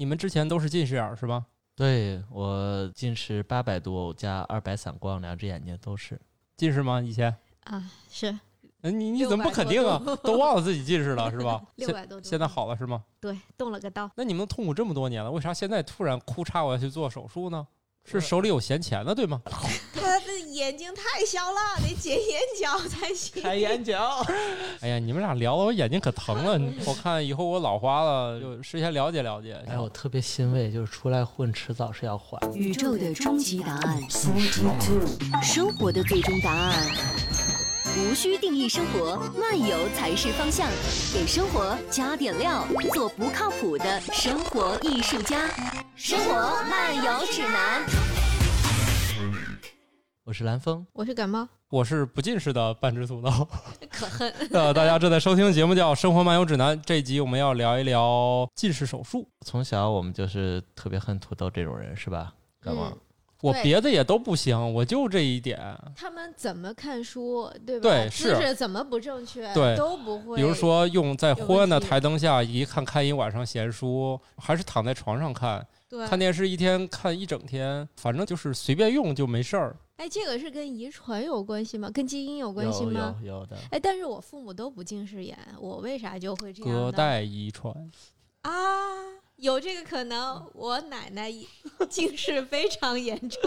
你们之前都是近视眼儿是吧？对我近视八百度加二百散光，两只眼睛都是。近视吗？以前？啊，是呃你你怎么不600肯定啊 多？？都忘了自己近视了是吧 六百多度。现现在好了是吗？对，动了个刀。那你们痛苦这么多年了，为啥现在突然哭嚓我要去做手术呢？是手里有闲钱了对吗？他的眼睛太小了，得解眼角才行。开眼角，哎呀，你们俩聊的我眼睛可疼了， 我看以后我老花了，就事先了解了解。哎，我特别欣慰，就是出来混，迟早是要还。宇宙的终极答案，生活的最终答案。无需定义生活，漫游才是方向。给生活加点料，做不靠谱的生活艺术家。生活漫游指南。我是蓝峰， 我是感冒，我是不近视的半只土豆。 可恨。呃，大家正在收听的节目叫《生活漫游指南》，这一集我们要聊一聊近视手术。从小我们就是特别恨土豆这种人，是吧？干嘛？嗯我对别的也都不行，我就这一点。他们怎么看书，对吧？对姿是势怎么不正确，对都不会。比如，说用在有昏暗的问题台灯下一看看一晚上闲书，还是躺在床上看，对，看电视一天看一整天，反正就是随便用就没事儿。哎，这个是跟遗传有关系吗？跟基因有关系有吗有？有的。哎，但是我父母都不近视眼，我为啥就会这样呢？隔代遗传，啊，有这个可能。我奶奶也 近视非常严重，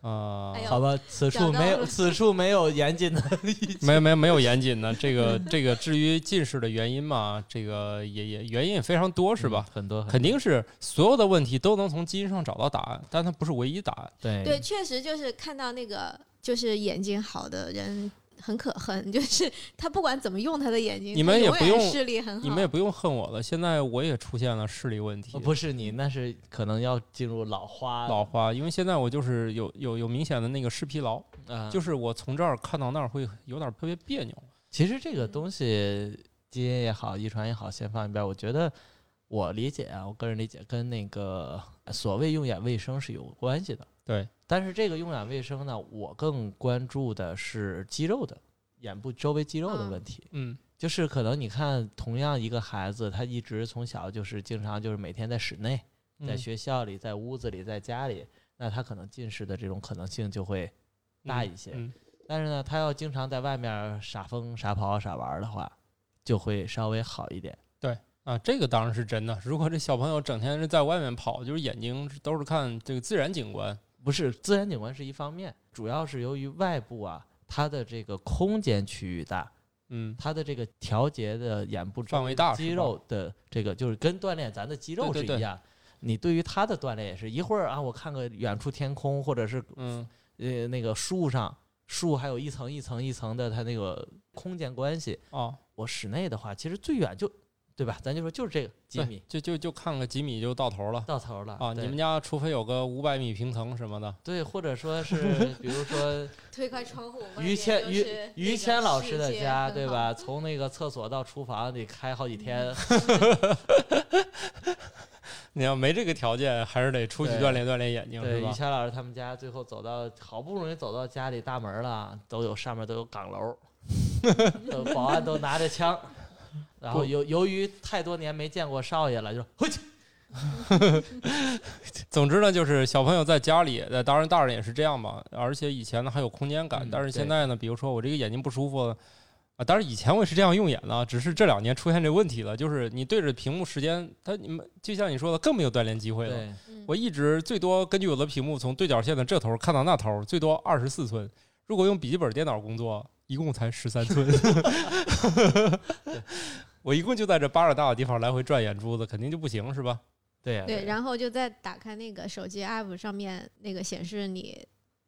啊、哎呦好吧，此找处到 没有，了此处没有严谨的意见。没有没有没有严谨的这个这个，至于近视的原因嘛，这个也也原因也非常多，是吧？嗯？很多，很多肯定是所有的问题都能从基因上找到答案，但它不是唯一答案。对对，确实就是看到那个就是眼睛好的人。很可恨， 就是他不管怎么用他的眼睛，你们他也永不远用视力很好。你们也不用恨我了，现在我也出现了视力问题哦，不是你，那是可能要进入老花，老花，因为现在我就是有有有明显的那个视疲劳，啊，就是我从这儿看到那儿会有点特别别扭。其实这个东西，基因也好，遗传也好，先放一边儿。我觉得我理解啊，我个人理解跟那个所谓用眼卫生是有关系的。对，但是这个用眼卫生呢，我更关注的是肌肉的眼部周围肌肉的嗯问题。嗯，就是可能你看，同样一个孩子，他一直从小就是经常就是每天在室内，在嗯学校里，在屋子里，在家里，那他可能近视的这种可能性就会大一些。嗯但是呢，他要经常在外面傻疯、傻跑、傻玩儿的话，就会稍微好一点。啊，这个当然是真的。如果这小朋友整天是在外面跑，就是眼睛都是看这个自然景观，不是自然景观是一方面，主要是由于外部啊，它的这个空间区域大，嗯，它的这个调节的眼部范围大肌是吧肉的这个就是跟锻炼咱的肌肉对是对对一样。你对于它的锻炼也是一会儿啊，我看个远处天空，或者是嗯，呃那个树上树还有一层一层一层的它那个空间关系。哦，我室内的话，其实最远就对吧？咱就说就是这个几对米，就就就看个几米就到头了到头了啊。对你们家除非有个五百米平层什么的，对，或者说是比如说推开窗户， 外于面谦就于是那于个谦老世师的界家，很对好？ 嗯吧？从那个厕所到厨房得开好几天，你要没这个条件，还是得出去对锻炼锻炼眼睛，对，是于吧？谦老师他们家最后走到好不容易走到家里大门了，都有上面都有岗楼，都保安都拿着枪，然后不由由于太多年没见过少爷了，就说回去，总之呢，就是小朋友在家里，呃，当然大人也是这样吧。而且以前呢还有空间感，嗯但是现在呢，比如说我这个眼睛不舒服了啊，当然以前我也是这样用眼呢，只是这两年出现这问题了，就是你对着屏幕时间，它你们就像你说的，更没有锻炼机会了。对，嗯我一直最多根据我的屏幕从对角线的这头看到那头，最多二十四寸。如果用笔记本电脑工作，一共才十三 寸。 我一共就在这巴掌大的地方来回转眼珠子，肯定就不行是吧？对呀对，然后就再打开那个手机 app 上面那个显示你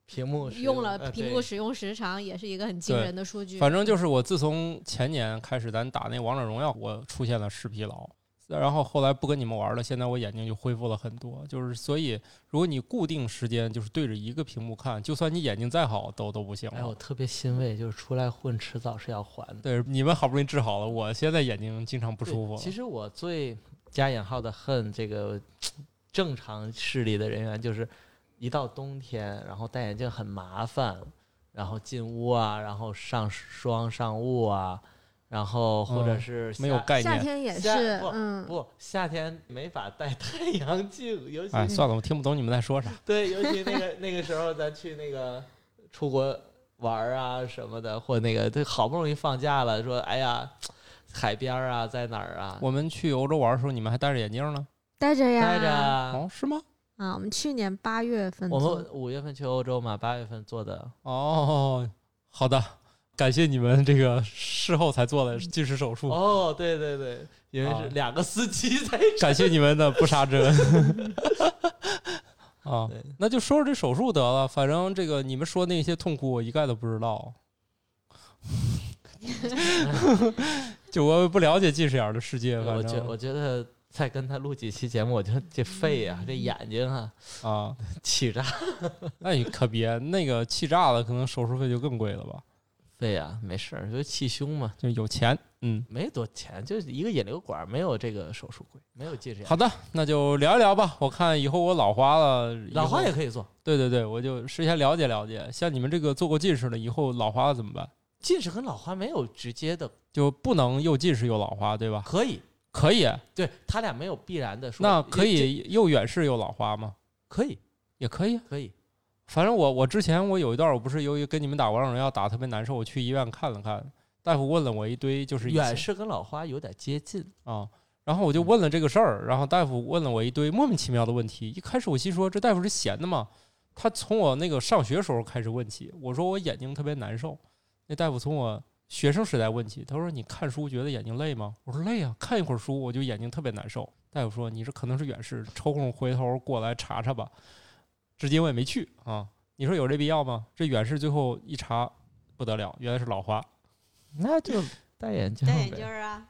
屏幕使用了呃屏对幕使用时长，也是一个很惊对人的数据。反正就是我自从前年开始，咱打那王者荣耀，我出现了视疲劳，然后后来不跟你们玩了，现在我眼睛就恢复了很多。就是所以，如果你固定时间就是对着一个屏幕看，就算你眼睛再好，都都不行哎，我了。特别欣慰，就是出来混，迟早是要还的。对，你们好不容易治好了，我现在眼睛经常不对舒服其了。实我最加引号的恨这个正常视力的人员，就是一到冬天，然后戴眼镜很麻烦，然后进屋啊，然后上霜上雾啊，然后或者嗯是没有夏概夏念。天也夏是不，嗯，不，夏天没法戴太阳镜，尤其哎，算了，我听不懂你们在说啥。对，尤其那个那个时候咱去那个出国玩儿啊什么的，或那个对，好不容易放假了，说哎呀，海边儿啊，在哪儿啊，我们去欧洲玩的时候，你们还戴着眼镜呢？待着呀，待着啊。哦，是吗？啊。我们去年八月份我做的， 们五月份去欧洲嘛，八月份做的，哦，好的，感谢你们这个事后才做的嗯近视手术，哦，对对对，因为啊是两个司机在 感谢你们的不杀 之恩。啊对，那就说说这手术得了，反正这个你们说那些痛苦我一概都不知 道，就我不了解近视眼儿的世界，我反觉正我觉得再跟他录几期节目，我觉得这肺嗯啊，这眼睛啊，啊，气炸那你可别那个气炸了，可能手术费就更贵了吧，肺啊，没事儿，就气胸嘛，就有钱，嗯。没多钱，就是一个引流管，没有这个手术贵，没有近视眼，好的，那就聊一聊吧。我看以后我老花了，以老花后也可以做，对对对，我就事先了解了解。像你们这个做过近视的，以后老花了怎么办？近视跟老花没有直接的，就不能又近视又老花，对吧？可以，可以，对他俩没有必然的说，那可这，这以又远视又老花吗？可以，也可以。可以，反正我我之前我有一段我不是由于跟你们打王者荣耀打得特别难受，我去医院看了看，大夫问了我一堆就是以前远视跟老花有点接近，啊。然后我就问了这个事儿，然后大夫问了我一堆莫名其妙的问题。一开始我心说这大夫是闲的吗？他从我那个上学时候开始问起，我说我眼睛特别难受。那大夫从我学生时代问起，他说你看书觉得眼睛累吗？我说累啊，看一会儿书我就眼睛特别难受。大夫说你这可能是远视，抽空回头过来查查吧。至今我也没去啊。你说有这必要吗？这远视最后一查不得了，原来是老花，那就戴眼镜戴眼镜呗，儿啊，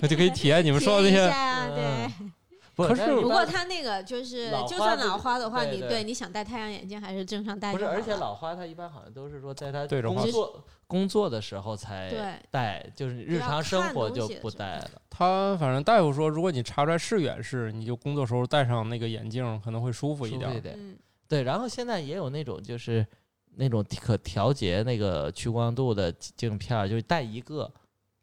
那就可以体验你们说的那贴些一下啊，对。嗯不可是但一不般过他那个就是老，就花算不老是花的话，对你对对你想戴太阳眼镜还是正常戴不，就是好了。而且老花它一般好像都是说在它对着花工作工作的时候才对戴，就是你日要常生看活东就西的不时候戴了。他反正大夫说，如果你查出来是远视，你就工作时候戴上那个眼镜可能会舒服一舒点服儿一。点，嗯，对。然后现在也有那种就是那种可调节那个屈光度的镜片儿，就是戴一个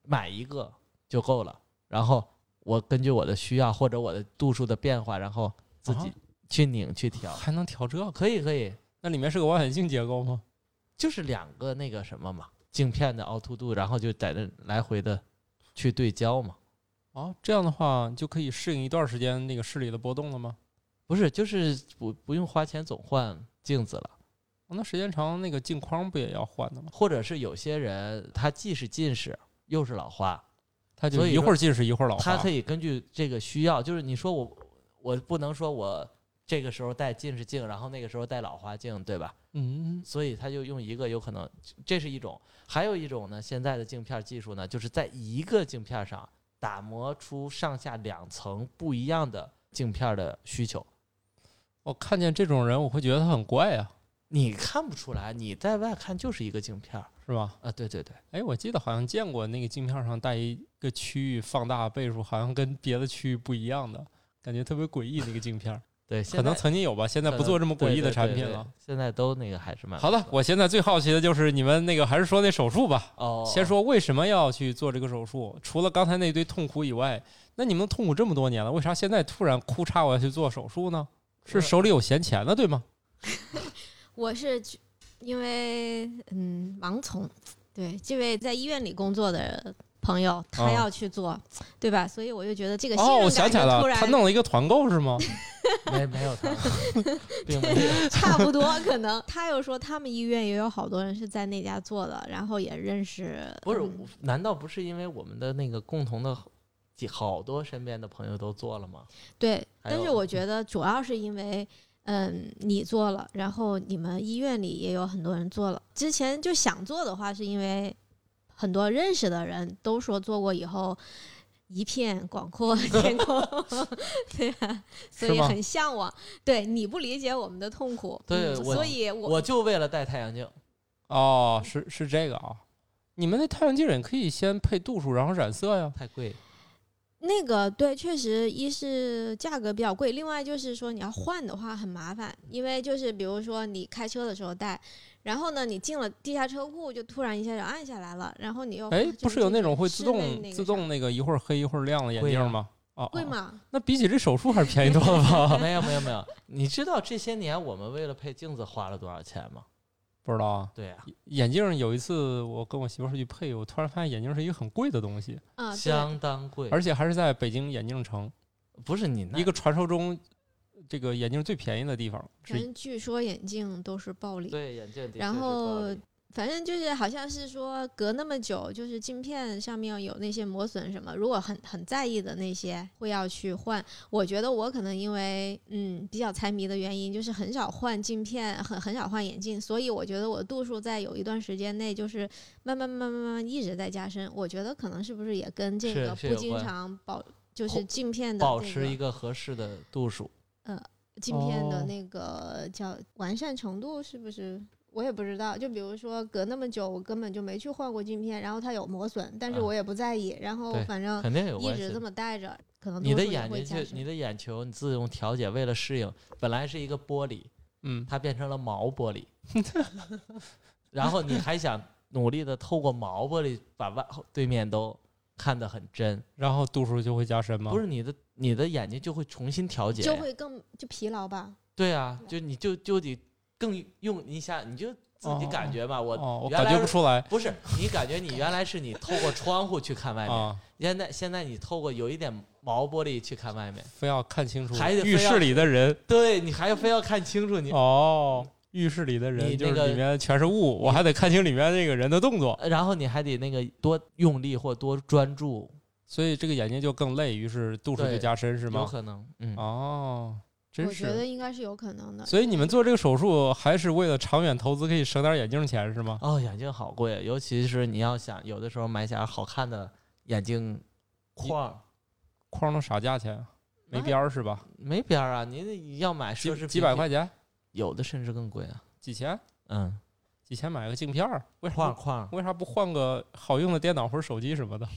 买一个就够了。然后我根据我的需要或者我的度数的变化，然后自己啊去拧去调，还能调这个？可以可以，那里面是个望远镜结构吗？就是两个那个什么嘛，镜片的凹凸度，然后就在那来回的去对焦嘛。啊，这样的话就可以适应一段时间那个视力的波动了吗？不是，就是不不用花钱总换镜子了，哦那时间长，那个镜框不也要换的吗？或者是有些人他既是近视又是老花，他就所以一说会儿近视一会儿老他花可。以根据这个需要，就是你说我我不能说我这个时候戴近视镜，然后那个时候戴老花镜，对吧？嗯，所以他就用一个有可能，这是一种，还有一种呢，现在的镜片技术呢，就是在一个镜片上打磨出上下两层不一样的镜片的需求。我看见这种人，我会觉得他很怪啊呀、你看不出来，你在外看就是一个镜片儿是吧？啊，对对对。哎，我记得好像见过那个镜片上带一个区域放大倍数，好像跟别的区域不一样的，感觉特别诡异。那个镜 片儿对，可能曾经有吧，现在不做这么诡异的产品了。。现在都那个还是蛮好的，我现在最好奇的就是你们那个，还是说那手术吧。哦，先说为什么要去做这个手术？除了刚才那堆痛苦以外，那你们痛苦这么多年了，为啥现在突然哭嚓我要去做手术呢？是手里有闲钱了，对吗？我是去因为嗯盲从，对这位在医院里工作的朋友，他哦嗯要去做，对吧？所以我就觉得这个信哦，我任想感起来就了突，然他弄了一个团购是 吗？没没 有他，并没有。 差不多可能。他又说他们医院也有好多人是在那家做的，然后也认识。不是嗯，难道不是因为我们的那个共同的几好多身边的朋友都做了吗？对，还但是有嗯我觉得主要是因为，嗯，你做了，然后你们医院里也有很多人做了。之前就想做的话，是因为很多认识的人都说做过以后一片广阔天空， 对啊，所是以吗很向往。对，你不理解我们的痛苦，对嗯我所以我我就为了戴太阳镜，哦，是是这个啊。你们那太阳镜也可以先配度数，然后染色呀。太贵。那个对，确实一是价格比较贵，另外就是说你要换的话很麻烦，因为就是比如说你开车的时候戴，然后呢你进了地下车库就突然一下就按下来了，然后你又哎，不哦是是有那种会自室内那动个啊自动那个一会儿黑一会儿亮的眼会呀镜吗？哦，贵哦？吗？那比起这手术还是便宜多了 吧？ 没有没有没有，你知道这些年我们为了配镜子花了多少钱吗？不知道啊。对呀、眼镜有一次我跟我媳妇儿出去配，我突然发现眼镜是一个很贵的东西，啊，对，相当贵，而且还是在北京眼镜城，不是你那一个传说中这个眼镜最便宜的地方。反是正据说眼镜都是暴利，对眼镜的确是然后暴利反正就是好像是说隔那么久，就是镜片上面有那些磨损什么，如果很很在意的那些会要去换。我觉得我可能因为嗯比较财迷的原因，就是很少换镜片，很很少换眼镜，所以我觉得我度数在有一段时间内就是慢慢慢慢慢慢一直在加深。我觉得可能是不是也跟这是个是不有经关常保就或是镜片的保这持一个个合适的度数，镜片哦的那个叫完善程度是不是？我也不知道。就比如说隔那么久，我根本就没去换过镜片，然后它有磨损，但是嗯我也不在意，然后对反正肯定有啊一关系直这的。么戴着，可能你度的数也眼会睛加就深你的眼球，你自动调节，为了适应，本来是一个玻璃，嗯，它变成了毛玻璃， 然后你还想努力的透过毛玻璃把外对面都看得很真，然后度数就会加深吗？不是你的你的眼睛就会重新调节呀，就会更就疲劳吧。对啊，就你就就得更用一下，你就自己感觉吧。我哦，我原感来觉不出来不是你感觉你原来是你透过窗户去看外面，啊，现在现在你透过有一点毛玻璃去看外面，非要看清楚还得非浴要室里的人对你还要非要看清楚你，哦，浴室里的你人就那是个里面全是雾，我还得看清里面那个人的动作，然后你还得那个多用力或多专注，所以这个眼睛就更累，于是度数对就加深是有吗？可能，嗯，哦，真我觉得是。应该是有可能的。所以你们做这个手术还是为了长远投资，可以省点眼镜钱是吗？哦，眼镜好贵，尤其是你要想有的时候买点好看的眼镜框儿，框能啥价钱啊？没边儿是吧？没边儿啊，你要买哎奢侈几品几百块，钱？有的甚至更贵啊，几千？嗯，几千买个镜片儿？为框啥儿框儿不？为啥不换个好用的电脑或者手机什么的？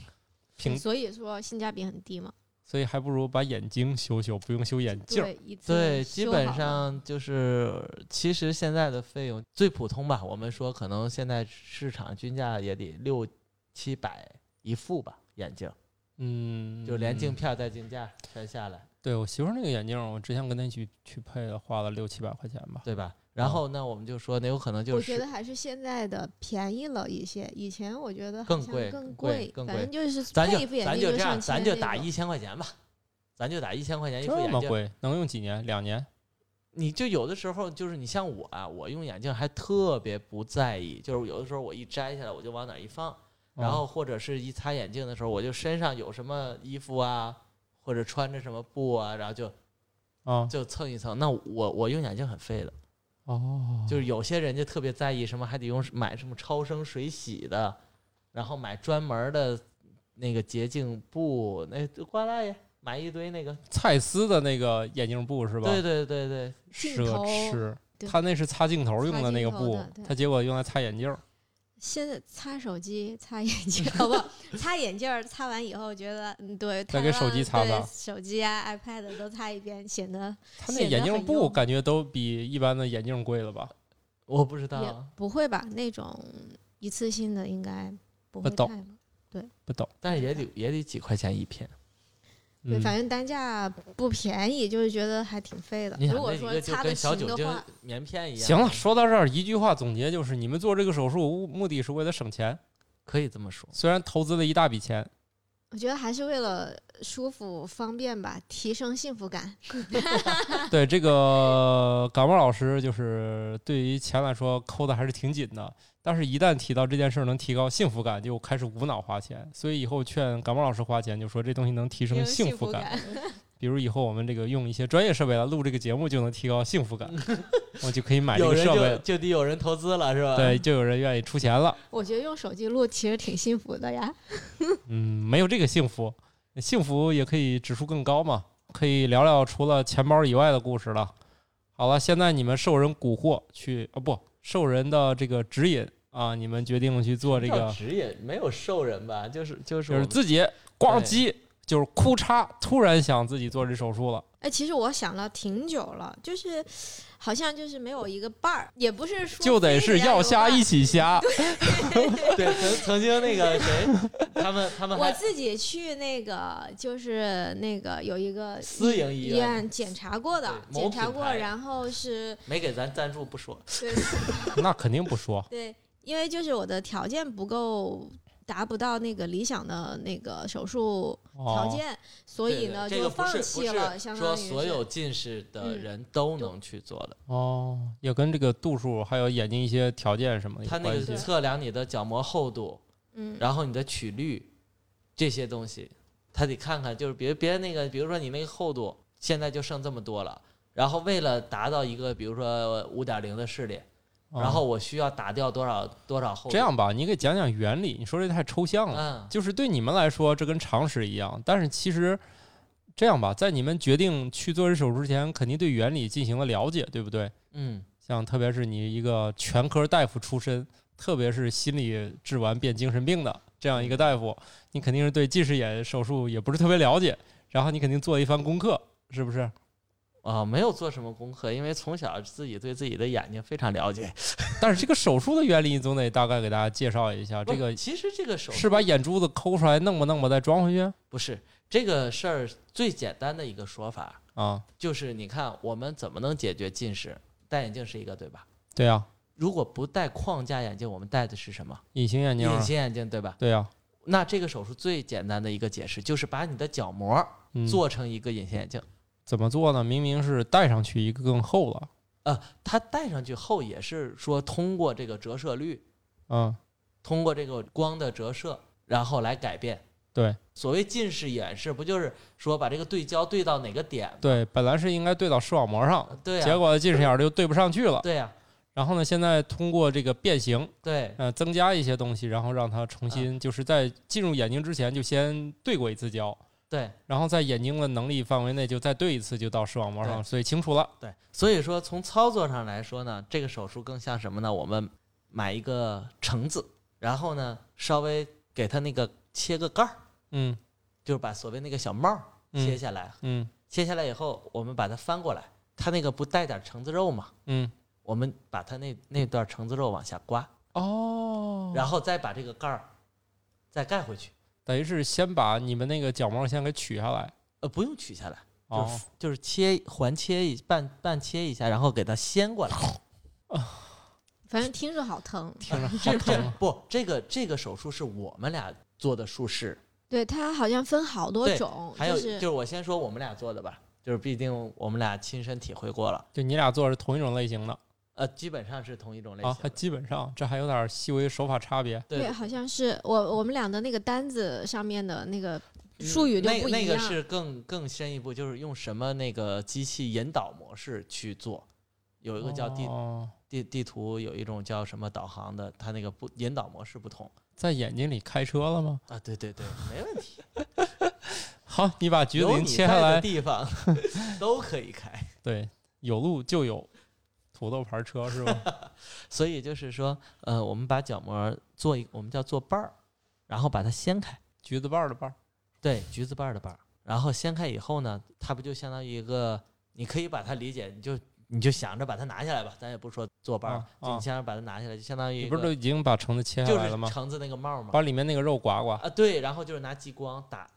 平，所以说性价比很低嘛。所以还不如把眼睛修修，不用修眼镜儿。对，一次对，基修本好了上就是，其实现在的费用最普通吧，我们说可能现在市场均价也得六七百一副吧，眼镜嗯，就连镜片儿带镜架儿全下来，对我媳妇儿那个眼镜儿，我之前跟她一起去配了，花了六七百块钱吧。对吧？然后呢，我们就说那有可能就嗯我觉是得还是现在的便宜了一些，以前我觉得好更像贵更更贵更反贵正就是咱配一就副眼咱镜就这样，上咱千就那打种一千块钱吧，咱就打一千块钱一这副眼么镜。贵，能用几年？两年？你就有的时候就是你像我啊，我用眼镜还特别不在意，就是有的时候我一摘下来我就往哪儿一放，嗯然后或者是一擦眼镜的时候，我就身上有什么衣服啊，或者穿着什么布啊，然后就啊就蹭一蹭。那我我用眼镜很费的，哦，就是有些人就特别在意什么，还得用买什么超声水洗的，然后买专门的那个洁净布，那瓜大爷买一堆那个，蔡司的那个眼镜布是吧？对对对对，镜奢头侈，对他那是擦镜头用的那个擦镜头布的对，他结果用来擦眼镜儿。现在擦手机、擦眼镜，哦好不好？ 擦眼镜儿擦完以后，觉得嗯，对，再太给乱手机了擦对吧手机啊、iPad 都擦一遍，显得他那显得眼镜很布用感觉都比一般的眼镜贵了吧？我不知道也啊。不会吧？那种一次性的应该不不会懂太吗不懂，但是也得也得几块钱一片。对，嗯，反正单价不便宜，就是觉得还挺费的你。想如果那一说个就擦跟的小勤酒的精话，棉片一样。行了，，说到这儿，一句话总结就是：你们做这个手术目的是为了省钱，可以这么说。虽然投资了一大笔钱，我觉得还是为了舒服方便吧，提升幸福感。对这个感冒老师，就是对于钱来说抠的还是挺紧的，但是一旦提到这件事儿能提高幸福感，就开始无脑花钱。所以以后劝感冒老师花钱，就说这东西能提升幸福感。比如以后我们这个用一些专业设备来录这个节目，就能提高幸福感，我就可以买这有个人设备就了。就得有人投资了，是吧？对，，就有人愿意出钱了。 我觉得用手机录其实挺幸福的呀。嗯，没有这个幸福，幸福也可以指数更高嘛。可以聊聊除了钱包以外的故事了。好了，现在你们受人蛊惑去啊，不受人的这个指引啊，你们决定去做这个，职业没有兽人吧？就是就是就是我们自己咣对叽就是哭嚓，突然想自己做这手术了。哎，其实我想了挺久了，就是好像就是没有一个伴儿，也不是说就得非是要瞎一起瞎，对，曾曾经那个谁， 他们他们我还自己去那个就是那个有一个私营医医院院检查过的，对某检查品过，牌然后是没给咱赞助不说，对那肯定不说。对， 因为就是我的条件不够，达不到那个理想的那个手术条哦，件，所以呢对对这个就不是放不弃了，是相说当于所是有近视的嗯人都能去做的，哦，也跟这个度数还有眼睛一些条件什么的有它那个关对系。测量你的角膜厚度，嗯然后你的曲率这些东西，他得看看，就是别别那个，比如说你那个厚度现在就剩这么多了，然后为了达到一个比如说五点零的视力，哦然后我需要打掉多少多少厚度，这样吧，你给讲讲原理。你说这太抽象了，嗯，就是对你们来说这跟常识一样，但是其实这样吧，在你们决定去做这手术之前，肯定对原理进行了了解，对不对？嗯像特别是你一个全科大夫出身，特别是心理治完变精神病的这样一个嗯大夫，你肯定是对近视眼手术也不是特别了解，然后你肯定做了一番功课，是不是？啊、没有做什么功课，因为从小自己对自己的眼睛非常了解。但是这个手术的原理，你总得大概给大家介绍一下。这不个是其实这个手术是把眼珠子抠出来，弄吧弄吧，再装回去啊不是这个事儿最简单的一个说法，啊？就是你看我们怎么能解决近视？戴眼镜是一个对吧？对呀、啊，如果不戴框架眼镜，我们戴的是什么？隐形眼镜啊，隐形眼镜，对吧？对啊呀、那这个手术最简单的一个解释就是把你的角膜嗯，做成一个隐形眼镜。怎么做呢？明明是戴上去一个更厚了，呃，它戴上去后也是说通过这个折射率，嗯，通过这个光的折射，然后来改变。对，所谓近视眼视，不就是说把这个对焦对到哪个点？对，本来是应该对到视网膜上，对啊结呀、果近视眼儿就对不上去了。对呀、然后呢，现在通过这个变形，对。呃，增加一些东西，然后让它嗯重新就是在进入眼睛之前就先对过一次焦，对然后在眼睛的能力范围内就再对一次，就到视网膜上，对所以清楚了。对，所以说从操作上来说呢，这个手术更像什么呢？我们买一个橙子，然后呢稍微给它那个切个盖儿，嗯就是把所谓那个小帽儿切嗯下来，嗯切下来以后，我们把它翻过来，它那个不带点橙子肉嘛？嗯，我们把它那那段橙子肉往下刮，哦，然后再把这个盖儿再盖回去，等于是先把你们那个角膜先给取下来。呃，不用取下来，就哦是，就是切环切一半半切一下，然后给它掀 过来。反正听着好疼。听着好这疼这啊！不，这个这个手术是我们俩做的术式，对，它好像分好多对种，还有就就是是我先说我们俩做的吧，就是毕竟我们俩亲身体会过了，就你俩做的是同一种类型的呃，基本上是同一种类啊，还型的。基本上这还有点细微手法差别。对，好像是我我们俩的那个单子上面的那个术语嗯就那不那一样。个是更更深一步，就是用什么那个机器引导模式去做，有一个叫地、哦地地图，有一种叫什么导航的，它那个不引导模式不同在眼睛里开车了吗？啊。对对对，没问题，好，你把橘子 有给你切在下的来，地 方都可以开。对，有路就有土豆牌车是 吧？所以就是说，呃，我们把角膜做一，我们叫做瓣儿，然后把它掀开，橘子瓣儿的瓣儿，对，橘子瓣儿的瓣儿，然后掀开以后呢，它不就相当于一个，你可以把它理解，你就你就想着把它拿下来吧，咱也不说做瓣儿，啊就啊你想着把它拿下来，就相当于你一不是都个已经把橙子切下就来了吗是？橙子那个帽儿嘛，把里面那个肉刮刮。啊对，然后就是拿激光打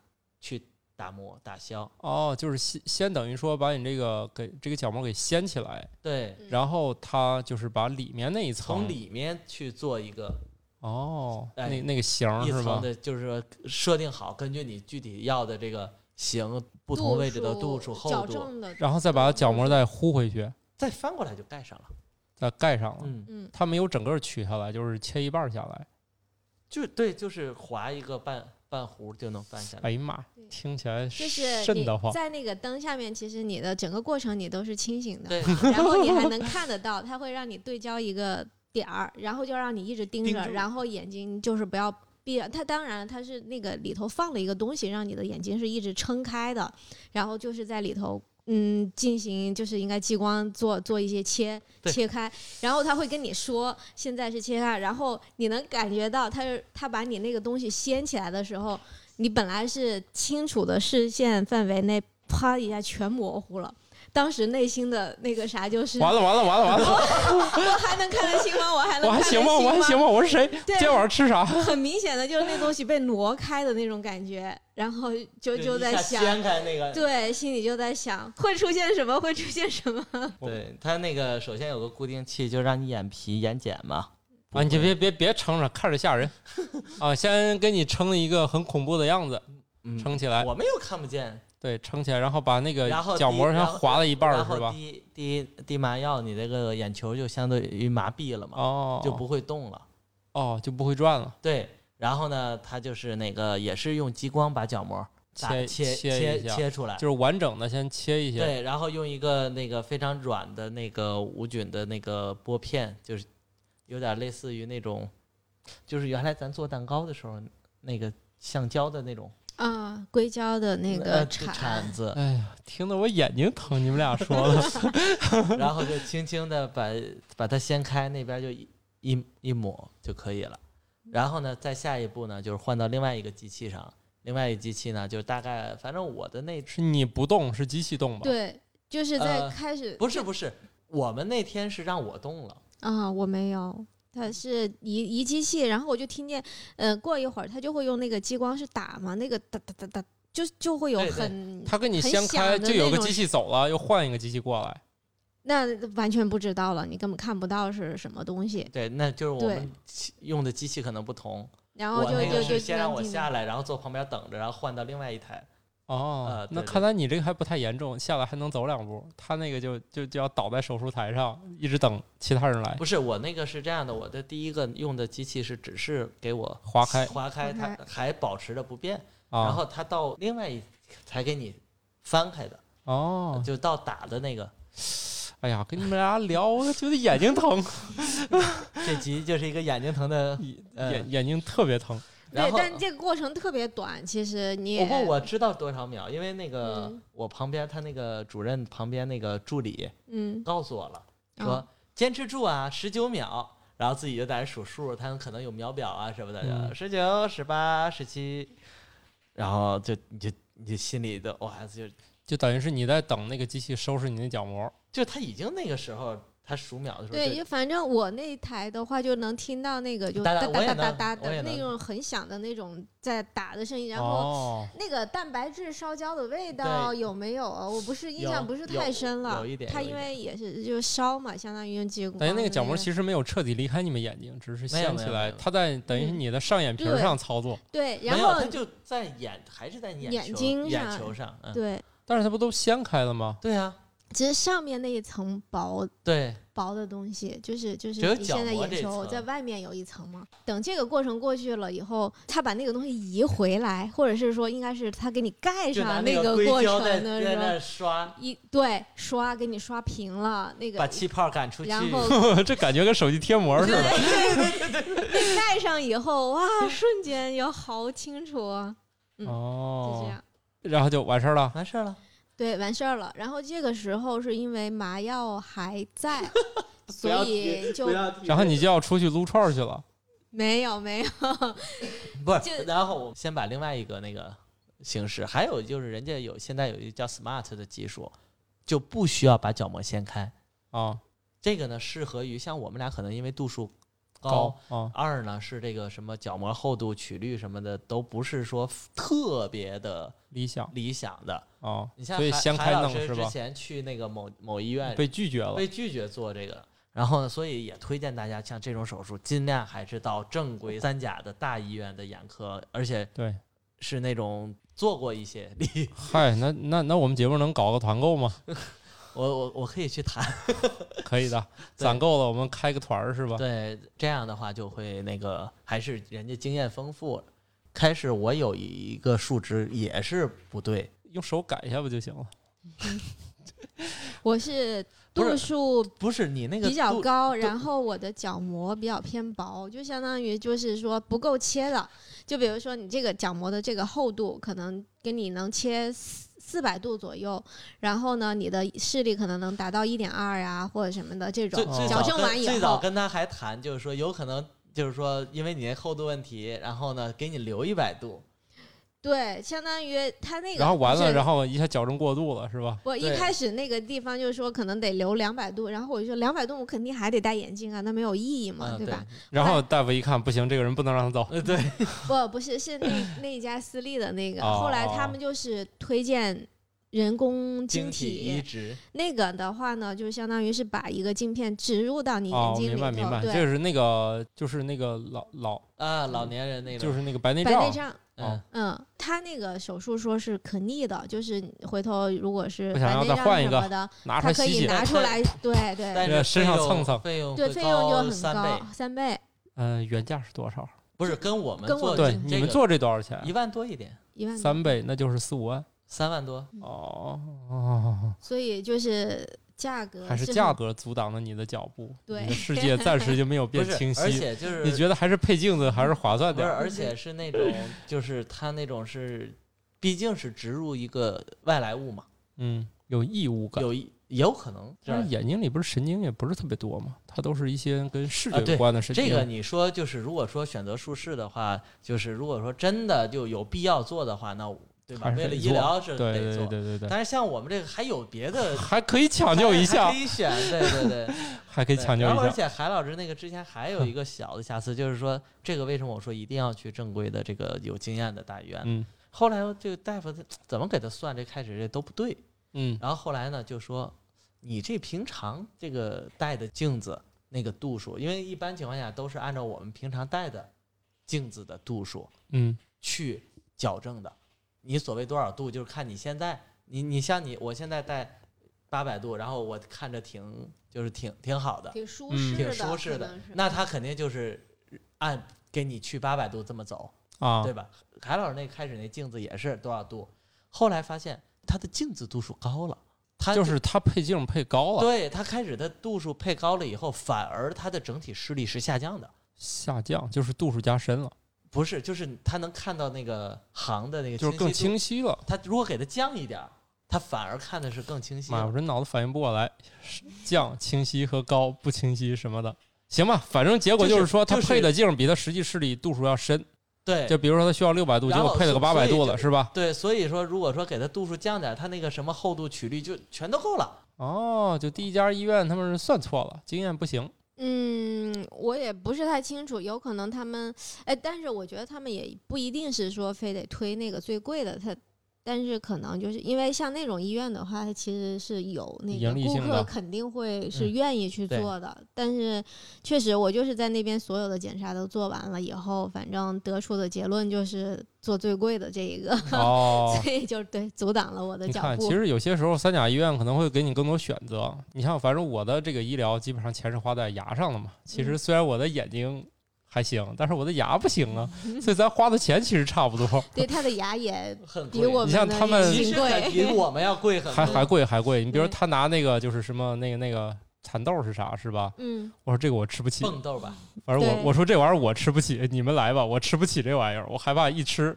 去打磨打消，哦，就是先先等于说把你这个给这个角膜给掀起来，对，嗯然后它就是把里面那一层从里面去做一个哦，哎那那个形儿一是层吧？的，就是说设定好，根据你具体要的这个型，不同位置的度数厚矫度，正的，然后再把角嗯膜再呼回去，再翻过来就盖上了。再盖上了。嗯，嗯，它没有整个取下来，就是切一半儿下来。就对，就是划一个半半弧就能翻下来。哎呀妈，听起来就是瘆你得慌。在那个灯下面，其实你的整个过程你都是清醒的，对，然 后你还能看得到，它会让你对焦一个点儿，然后就让你一直盯盯着，住然后眼睛就是不要闭着。它当然它是那个里头放了一个东西，让你的眼睛是一直撑开的，然后就是在里头。嗯，进行就是应该激光做做一些切对切开，然后他会跟你说啊现在是切开，然后你能感觉到他是他把你那个东西掀起来的时候，你本来是清楚的视线范围内，啪一下全模糊了。当时内心的那个啥就是，完了完了完了完 了，我还能看得清吗？我还能我还看得行吗？我还行吗？我是谁？对今天晚上吃啥？很明显的就是那东西被挪开的那种感觉，然后就就在想，掀开那个，对，心里就在想会出现什么，会出现什么。对它那个首先有个固定器，就让你眼皮眼睑嘛。 啊，你就别别别撑着，看着吓人啊！先给你撑一个很恐怖的样子，嗯撑起来，我们又看不见，对，撑起来，然后把那个然后角膜滴上然后划了一半儿然是后吧？滴滴滴麻药，你这个眼球就相对于麻痹了嘛，哦，就不会动了。哦就不会转了，对，然后呢，它就是那个也是用激光把角膜打切切切一下，切出来就，是完整的先切一些，对，然后用一个那个非常软的那个无菌的那个玻片，就是有点类似于那种，就是原来咱做蛋糕的时候那个橡胶的那种 啊，硅胶的那呃个铲 铲，子，哎呀，听得我眼睛疼，你们俩说的，然后就轻轻的把把它掀开，那边就一一一抹就可以了。然后呢，再下一步呢，就是换到另外一个机器上，另外一个机器呢，就是大概反正我的 那是你不动，是机器动吧？对，就是在呃开始不是不是，我们那天是让我动了。啊、我没有，它是移移机器，然后我就听见，呃，过一会儿它就会用那个激光是打嘛，那个哒哒哒哒，就就会有对对很他给你很掀响开，的就有那个种机器走了，又换一个机器过来。那完全不知道了，你根本看不到是什么东西，对，那就是我对们机用的机器可能不同。然后我就那就个就是先让我能听下到来，然后坐旁边等着，然后换到另外一台。哦呃，那对看对来你这个还不太严重，下来还能走两步。他那个就就就要倒在手术台上，一直等其他人来不是我那个是这样的，我的第一个用的机器是只是给我划开划开，它还保持着不变，然啊。后它到另外一才给你翻开的，哦，呃就到打的那个。哎呀，跟你们俩聊，我觉得眼睛疼，，这集就是一个眼睛疼的 呃眼眼睛特别疼。然对，后。但这个过程特别短，其实你也不过我知道多少秒，因为那个、嗯我旁边他那个主任旁边那个助理嗯告诉我了，啊说坚持住啊，十九秒，然后自己就在那数数，他们可能有秒表啊什么的，嗯十九、十八、十七，然后就你就你就心里的哇，就就等于是你在等那个机器收拾你那角膜。就他已经那个时候他数秒的时候，对，就反正我那台的话，就能听到那个就哒哒哒哒我也哒哒能哒我也的能那种很响的那种在打的声音，然后哦，那个蛋白质烧焦的味道有没有啊？我不是印象有不是太深了，有有一点它有一因点为也是就烧嘛，相当于用激光的等个。于那个角膜其实没有彻底离开你们眼睛，只是没有掀没起有没来，有它在等于是嗯你的上眼皮儿对上操作。对，没然有后他就在眼还是在眼眼球睛眼上球上，嗯，对，但是它不都掀开了吗？ 对啊，其实上面那一层薄对，薄的东西，就是就是只有你角现在膜眼这球层在外面有一层嘛。等这个过程过去了以后，他把那个东西移回来，或者是说应该是他给你盖就拿上个个硅过胶程在的在时那候，刷，一对刷给你刷平了那把个。气泡赶出去，然后这感觉跟手机贴膜似的。 被盖上以后， 哇，瞬间有好清楚啊，嗯就这哦样，。然后就完事儿了。完事儿了，对，完事儿了。然后这个时候是因为麻药还在，要所以就然后你就要出去撸串儿去了。 没有没有， 不，就是然后我先把另外一个那个形式，还有就是人家有现在有一个叫 smart 的技术，就不需要把角膜掀开。啊，这个呢，适合于像我们俩可能因为度数高高，啊，二呢是这个什么角膜厚度、曲率什么的都不是说特别的理想理想的。啊，你像所以韩掀韩开老弄师是之吧？前去那个某某医院被拒绝了被拒绝做这个。然后呢，所以也推荐大家像这种手术，尽量还是到正规三甲的大医院的眼科，而且对，是那种做过一些 例，嗨，那那那我们节目能搞个团购吗？我我我可以去谈。可以的， 对攒够了我们开个团儿是吧？对，这样的话就会那个，还是人家经验丰富。开始我有一个数值也是不对，用手改一下不就行了？我是不是度数不是你那个比较度高，然后我的角膜比较偏薄，就相当于就是说不够切了。就比如说你这个角膜的这个厚度，可能给你能切四四百度左右，然后呢，你的视力可能能达到一点二呀或者什么的这最种。最矫早正跟完以最早后，跟他还谈，就是说有可能就是说因为你那厚度问题，然后呢给你留一百度，对，相当于他那个，然后完了，然后后一下矫正过度了，是吧？我一对开始那个地方就说可能得留两百度，然后我就说两百度我肯定还得戴眼镜啊，那没有意义嘛，嗯，对吧？然后大夫一看不行，这个人不能让他走，呃，对，不，不是，是那那一家私立的那个。哦后来他们就是推荐人工晶体移植，那个的话呢，就相当于是把一个镜片植入到你眼哦，睛明里头，白明白，对，就是那个就是那个老老啊，老年人那种，就是哦那个白内白内障，障。嗯，嗯，他那个手术说是可逆的，就是回头如果是我想白要内再障换什一个么的，拿出他来可洗以洗，拿出来，对对但是身上费用蹭蹭费用对，会费用就高很三高倍，，三倍嗯，原价是多少？不是跟我们跟做我对，呃这你个们做这多少钱？一万多一点，一万多三倍，那就是四五万。三万多，嗯哦哦，所以就是价格还是很价格阻挡了你的脚步，对你的世界暂时就没有不变是清，而晰。且就是你觉得还是配镜子还是划算不是，点儿？而且是那种就是它那种是，毕竟是植入一个外来物嘛，嗯，有异物感。有一也有可能这但是样。眼睛里不是神经也不是特别多嘛，它都是一些跟视啊觉对有关的神经。这个你说就是，如果说选择术式的话，就是如果说真的就有必要做的话，那对吧？还是为得了医做疗是对得对做。对对对对，但是像我们这个还有 别的还可以抢救一还下可，以选，对对对，还可以对抢救然后一而下。嗯且海老师那个之前还有一个小的瑕疵，就是说这个为什么我说一定要去正规的这个有经验的大医院？嗯后来这个大夫他怎么给他算这开始这都不对，嗯，然后后来呢就说你这平常这个戴的镜子那个度数，因为一般情况下都是按照我们平常戴的镜子的度数嗯，去矫正的。你所谓多少度，就是看你现在，你你像你我现在戴八百度，然后我看着挺就是挺挺好的，挺舒嗯适的，挺舒适可的能是。那他肯定就是按给你去八百度这么走，啊对，吧？海老师那开始那镜子也是多少度，后来发现他的镜子度数高了，他就是它配镜配高了，对他开始的度数配高了以后，反而他的整体视力是下降的，下降就是度数加深了，不是，就是他能看到那个行的那个就是更晰度。清晰了。他如果给他降一点儿，他反而看的是更清晰的。妈呀，我这脑子反应不过来，降清晰和高不清晰什么的。行吧，反正结果就是是说，他就是配的镜比他实际视力度数要深。对就比如说他需要六百度，结然后果配了个八所百以度就了，是吧？对，所以说如果说给他度数降点儿，他那个什么厚度曲率就全都够了。哦，就第一家医院他们是算错了，经验不 行。嗯，我也不是太清楚，有可能他们，哎，但是我觉得他们也不一定是说非得推那个最贵的，他，但是可能就是因为像那种医院的话，它其实是有那个盈利顾性客的肯定会是嗯愿意去对做的，但是确实我就是在那边所有的检查都做完了以后，反正得出的结论就是做最贵的这一个，哦，所以就对阻挡了我的你脚看，步其。实有些时候三甲医院可能会给你更多选择。你像，反正我的这个医疗基本上钱是花在牙上了嘛。其嗯实虽然我的眼睛还行，但是我的牙不行 啊，所以咱花的钱其实差不多，对他的牙也很比我你们像的他们其挺实贵很比我们要贵很还还多。贵还贵。你比如对他拿那个就是什么那个那个蚕豆是啥是吧？嗯，我说这个我吃不起，蹦豆吧，反正我对我说这玩意儿我吃不起，你们来吧，我吃不起这玩意儿，我害怕一吃，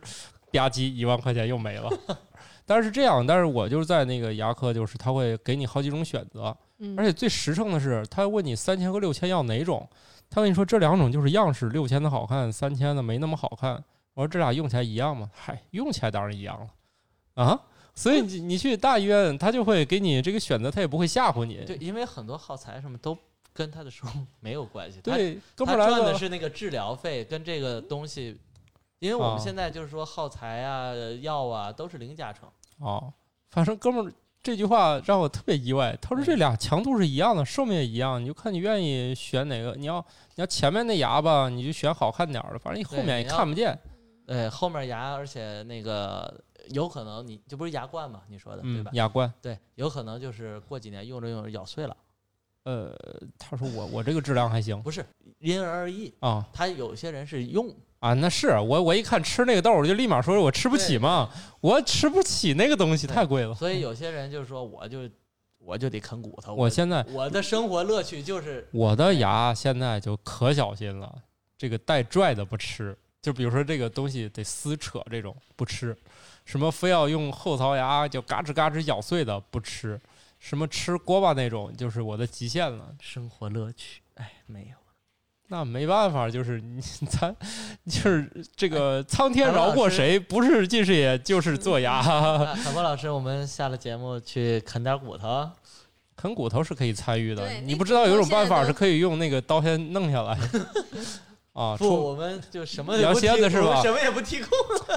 吧唧一万块钱又没了。 但是这样，但是我就是在那个牙科，就是他会给你好几种选择，嗯而且最实诚的是，他问你三千和六千要哪种，他跟你说这两种就是样式，六千的好看，三千的没那么好看。我说这俩用起来一样吗？嗨，用起来当然一样了啊。所以嗯你你去大医院，他就会给你这个选择，他也不会吓唬你。对，因为很多耗材什么都跟他的收入 没有关系。他对，哥们他儿来赚的了，是那个治疗费，跟这个东西，因为我啊们现在就是说耗材啊、呃药啊都是零加成，哦，反正哥们儿这句话让我特别意外。他嗯说这俩强度是一样的，寿命也一样，你就看你愿意选哪个。你要你要前面那牙吧，你就选好看点儿的，反正你后对面也你要看不见。对，后面牙，而且那个有可能你这不是牙冠嘛，你说的对嗯吧，？牙冠。对，有可能就是过几年用着用着咬碎了，呃，他说我我这个质量还行不是因人而异。啊他有些人是用啊，那是我我一看吃那个豆儿，我就立马说我吃不起对嘛，我吃不起那个东西对太贵了。所以有些人就是说，我就我就得啃骨 头。我现在我的生活乐趣就是我的牙现在就可小心了，这个带拽的不吃，就比如说这个东西得撕扯这种不吃，什么非要用后槽牙就嘎吱嘎吱咬碎的不吃，什么吃锅巴那种就是我的极限了。生活乐趣。哎，没有，那没办法，就是你 咱就是哎这个苍天咱们饶老过师谁，不是近视眼嗯就是做牙。啊小波老师，我们下了节目去啃点骨头。 啃骨头是可以参与的对，你那不知道有骨头种办现在法都是可以用那个刀先弄下 来啊。不，出我们就什么也羊不提蝎子是供吧什么也不提供。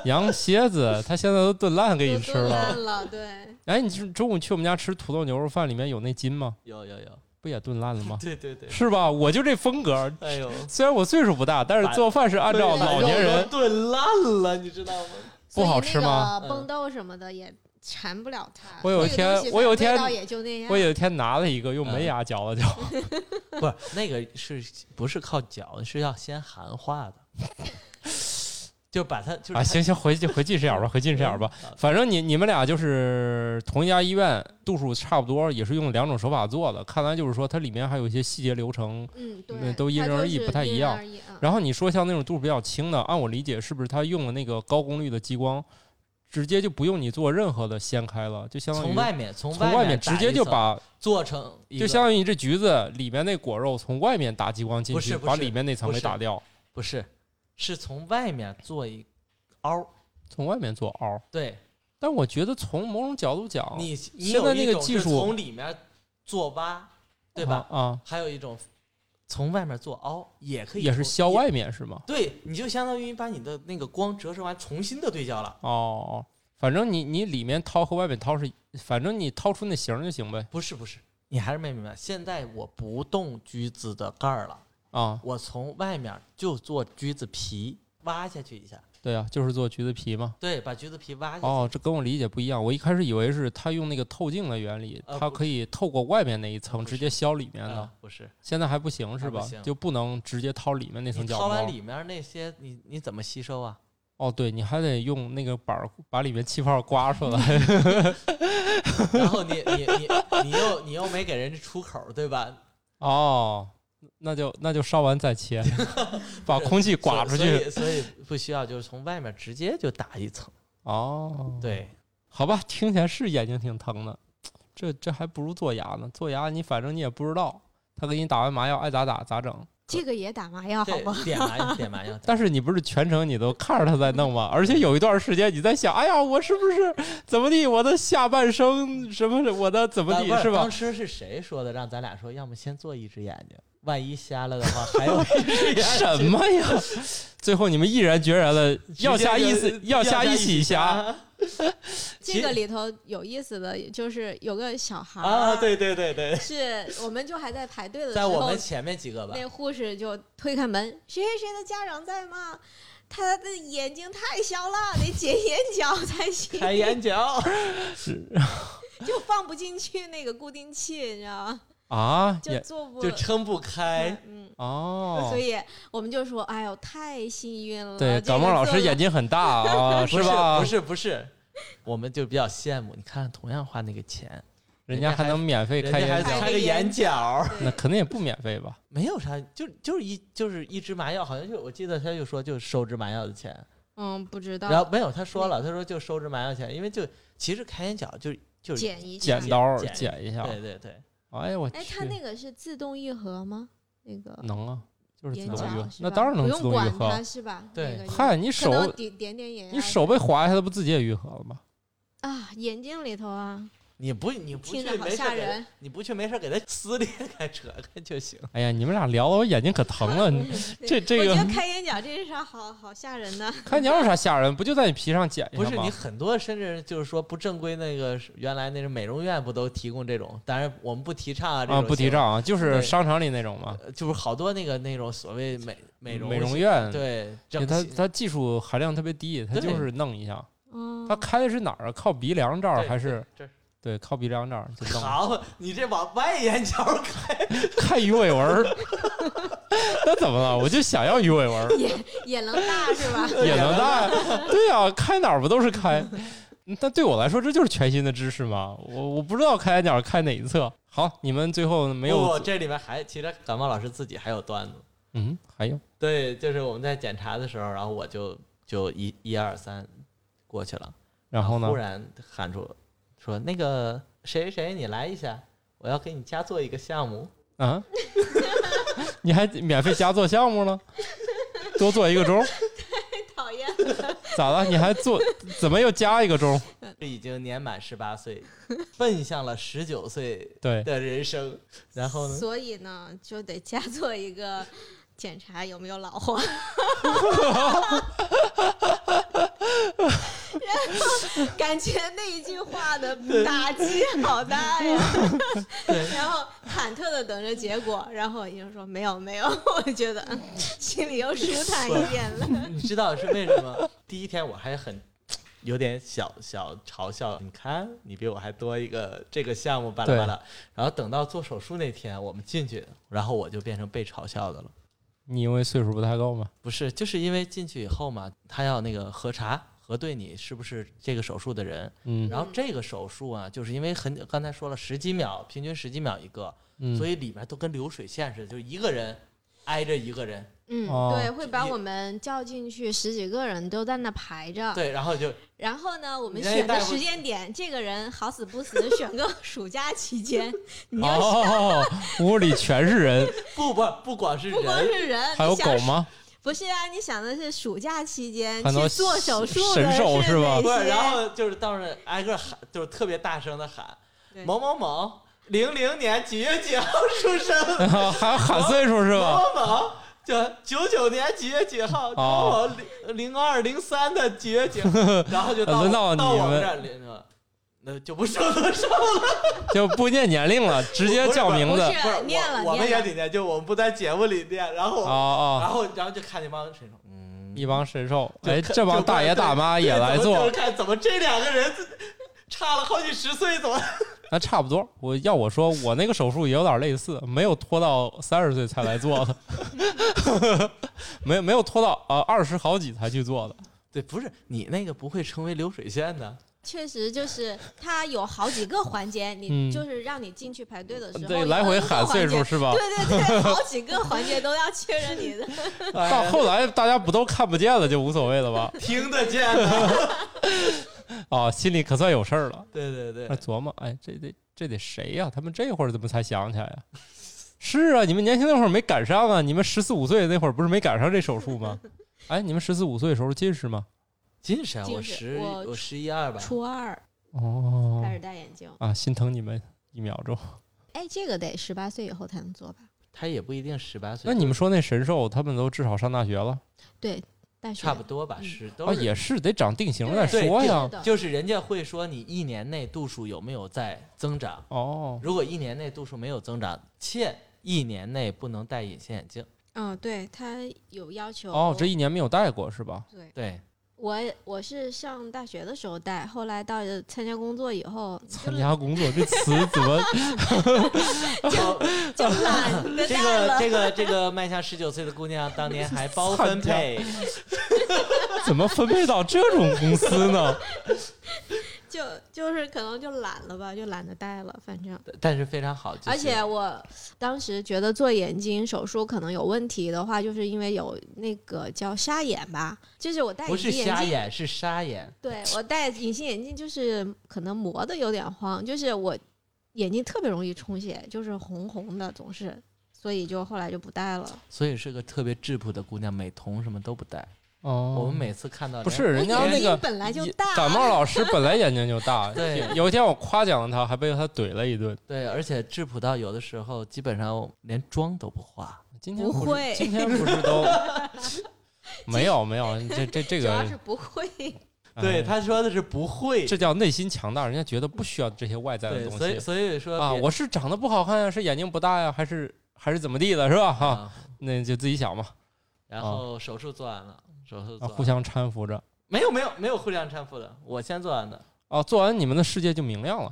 羊蝎子，它现在都炖烂给你吃都了烂。了，对，哎，你中中午去我们家吃土豆牛肉饭，里面有那筋吗？有有有，？不也炖烂了吗对对对，是吧？我就这风格，哎呦，虽然我岁数不大，但是把做饭是按照老年人炖烂了，你知道吗？不好吃吗？所以那个嗯崩豆什么的也馋不了它。我有一那个天东西我有一反正天味道也就那样。我有一天拿了一个，嗯用门牙嚼了嚼， 不是那个是不是靠嚼，是要先含化的， 就把它就是嗯啊，行行，回去回近视眼吧，回近视眼吧。反正你你们俩就是同一家医院，度数差不多，也是用两种手法做的。看来就是说它里面还有一些细节流程。嗯，那对，都因它人而就异是不太因一人样而异啊然后你说像那种度数比较轻的，按我理解，是不是它用了那个高功率的激光，直接就不用你做任何的掀开了，就相当于从外面从从外面直接就把做成一就个相当于你这橘子里面那果肉从外面打激光进不去，是不把是里面那层不给是打掉，不是是从外面做一凹，从外面做凹。对但我觉得从某种角度讲，你你现在有那一个种技哦是术从里面做挖，对吧？啊啊，还有一种从外面做凹也可以也是从削外面是吗？对，你就相当于把你的那个光折射完，重新的对焦了。哦，反正你你里面掏和外面掏是，反正你掏出那形儿就行呗。不是不是，你还是没明白。现在我不动橘子的盖儿了，啊，我从外面就做橘子皮挖下去一下，对啊，就是做橘子皮嘛。对，把橘子皮挖下去。哦，这跟我理解不一样。我一开始以为是它用那个透镜的原理，呃它不可以透过外面那一层不直是接削里面啊的。不是，现在还不行是还不吧？行就不能直接掏里面那你层角掏完膜。里面那些，你你怎么吸 收啊？哦，对，你还得用那个板儿把里面气泡刮出来。 然后你你你你又你又没给人家出口，对吧？哦，那就那就烧完再 切，把空气刮出所去。所以所以不需要，就是从外面直接就打一层。哦，，对，好吧，听起来是眼睛挺疼的，这这还不如做牙呢。做牙你反正你也不知道，他给你打完麻药爱咋打咋整。这个也打麻药啊好对吗？，点麻药，点麻药。但是你不是全程你都看着他在弄吗？而且有一段时间你在想，哎呀，我是不是 怎么地？我的下半生什么？我的怎么啊地不是是吧当？时是谁说的？让咱俩说，要么先做一只眼睛，万一瞎了的话，还有一只眼睛。 什么呀？最后你们毅然决然的要瞎一起，要瞎一起瞎。这个里头有意思的就是有个小孩儿啊！对对对对，是我们就还在排队的时在我候们，前面几个吧那，护士就推开门，谁谁谁的家长在吗？他的眼睛太小了，得解眼角才行，开眼角，就放不进去那个固定器，你知道吗？啊，就也做不就撑不开。嗯，哦所，以我们就说，哎呦，太幸运了。对，这个感冒老做师了眼睛很大 啊，不吧？不是不是，我们就比较羡慕。你看，同样花那个钱，人家还能免费人开家还眼开角，开个个眼眼角，那肯定也不免费吧？没有啥，就就是一就是一支麻药，好像就我记得他就说就收支麻药的钱，嗯，不知然道后没有他说了，他说就收支麻药钱，因为就其实开眼角就就是剪一下剪。刀剪剪一下，对对对，哎呀我哎，它去，那个是自动愈合吗？那个能啊，就是自眼动角愈合，是那吧当然能不自用动愈管合它。是吧？对那个就嗨，你可能手点点点眼，啊你手被划一下，它不自己也愈合了吗？啊，眼睛里头啊，你不你不去听着好没事吓给他人。你不去没事给他撕裂开扯开就行。哎呀，你们俩聊的我眼睛可疼了， 你这这我个觉得开眼角这是啥好好吓人的，看你有啥吓人，不就在你皮上剪一不下是你吗？很多，甚至就是说不正规那个是原来那个美容院不都提供这种？当然我们不提倡啊，这啊，种不提行为。倡啊，就是对商场里那种嘛，呃就是好多那个那种所谓美美容美容院，对，因整为它形它技术含量特别低，它对就是弄一下。嗯，它开的是哪儿啊？靠鼻梁这儿对还是这儿对靠鼻梁这儿？就弄了好，你这往外眼角开，看鱼尾纹儿， 那怎么了？我就想要鱼尾纹儿，也能大是吧？也能戴？对呀、开哪儿不都是开？嗯但对我来说，这就是全新的知识嘛。我我不知道开眼角开哪一侧。好，你们最后没不有不这里面还其实感冒老师自己还有段子。嗯？还有对，就是我们在检查的时候，然后我就就一一二三过去了，然后呢忽？然喊出说那个谁谁谁，你来一下，我要给你加做一个项目。啊， 你还免费加做项目了，多做一个钟， 讨 厌。咋了？你还做怎么又加一个钟？已经年满十八岁，奔向了十九岁对，的人生。然后呢？所以呢，就得加做一 个检查有没有老化。然后感觉那一句话的打击好大呀，对，然后忐忑的等着结果，然后医生说没有没有， 我觉得嗯心里又舒坦一点 了。你知道是为什么？第一天我还很有点小小嘲笑，你看你比我还多一个这个项目巴拉巴拉。然后等到做手术那天，我们进去，然后我就变成被嘲笑的了。你因为岁数不太够嘛，不是，就是因为进去以后嘛，他要那个核查。核对你是不是这个手术的人，嗯然后这个手术啊，就是因为很刚才说了十几秒，平均十几秒一个，嗯，所以以里面都跟流水线似的，就一个人挨着一个人，嗯，哦对，会把也我们叫进去，十几个人都在那排着。对，然后就然后呢，我们你让选大的夫时间点，这个人好死不死选个暑假期间，你要哦，屋里全是人，不不不光是不光人，是人，还有你想狗吗？ 不是啊，你想的是暑假期间很多去做手术的神兽是是吧哪不是，些然后就是到那挨个喊，就是特别大声的喊对某某某，零零年几月几号出生，还要喊岁数是某吧？某某。就九九年几月几号，某某哦零零二零三的几月 几号，然后就到轮到我你到我们们这儿领着，那就不说多少了。就不念年龄了，直接叫名不字。是不是念了我，我们也念了，得念，就我们不在节目里念，然后哦我们然哦，后然后就看那帮神兽，嗯，一帮神兽，就哎，看这帮就大爷大妈也来对做就是，看怎么这两个人自差了好几十岁，怎么那差不多。我要我说，我那个手术也有点类似，没有拖到三十岁才来做的， 没有没有拖到呃二十好几才去做的。对？不是你那个不会成为流水线 的，确实就是它有好几个环节，嗯你就是让你进去排队的时候，对，有来回很喊多岁数环节。是吧？对对对，好几个环节都要确认你 的。哎到后来大家不都看不见了，就无所谓了吧？听得 见的。啊，心里可算有事儿了。对对对那，琢磨，哎，这得这得谁呀、他们这会儿怎么才想起来呀、是啊，你们年轻那会儿没赶上啊，你们十四五岁那会儿不是没赶上这手术吗？哎，你们十四五岁的时候近视吗？近视啊，近我视十我我十一二吧，初二哦开始戴眼镜，啊，心疼你们一秒钟。哎，这个得十八岁以后才能做吧？他也不一定十八岁，那你们说那神兽，他们都至少上大学了大学差不多吧，嗯十啊，都是也是得长定型了再对说呀是。的就是人家会说你一年内度数有没有在增长，哦，如果一年内度数没有增长，且一年内不能戴隐形眼镜。嗯，对他有要求。哦，这一年没有带过是吧？对，我我是上大学的时候戴，后来到参加工作 以后，参加工作这词怎么？就 就 懒得这戴个了。这个这个迈向十九岁的姑娘，当年还包分配，怎么分配到这种公司呢？就就是可能就懒了吧，就懒得戴了，反正。但是非常好。就是而且我当时觉得做眼睛手术可能有问题的话，就是因为有那个叫沙眼吧，就是我戴不隐是形眼瞎镜，眼，是沙眼。对我戴隐形眼镜就是可能磨的有点慌，就是我眼睛特别容易充血，就是红红的总是，所以就后来就不戴了。所以是个特别质朴的姑娘，美瞳什么都不戴。哦，我们每次看到不是人家连，那个本来就一大，感冒老师本来眼睛就大 对有一天我夸奖了他，还被他怼了一顿。对，而且质朴到有的时候基本上连妆都不化。今天不是会今天不是 都没有没有，这这这主个要是不会。哎对，他说的是不会。这叫内心强大，人家觉得不需要这些外在的对，东所以西所以说啊。别我是长得不好看呀，是眼睛不大呀，还是还是怎么地的，是吧？哈，啊，那就自己想吧，然后手术做完了，手术啊，做完互了相搀扶着。没有没有没有互相搀扶的，我先做完的。哦，做完你们的世界就明亮了，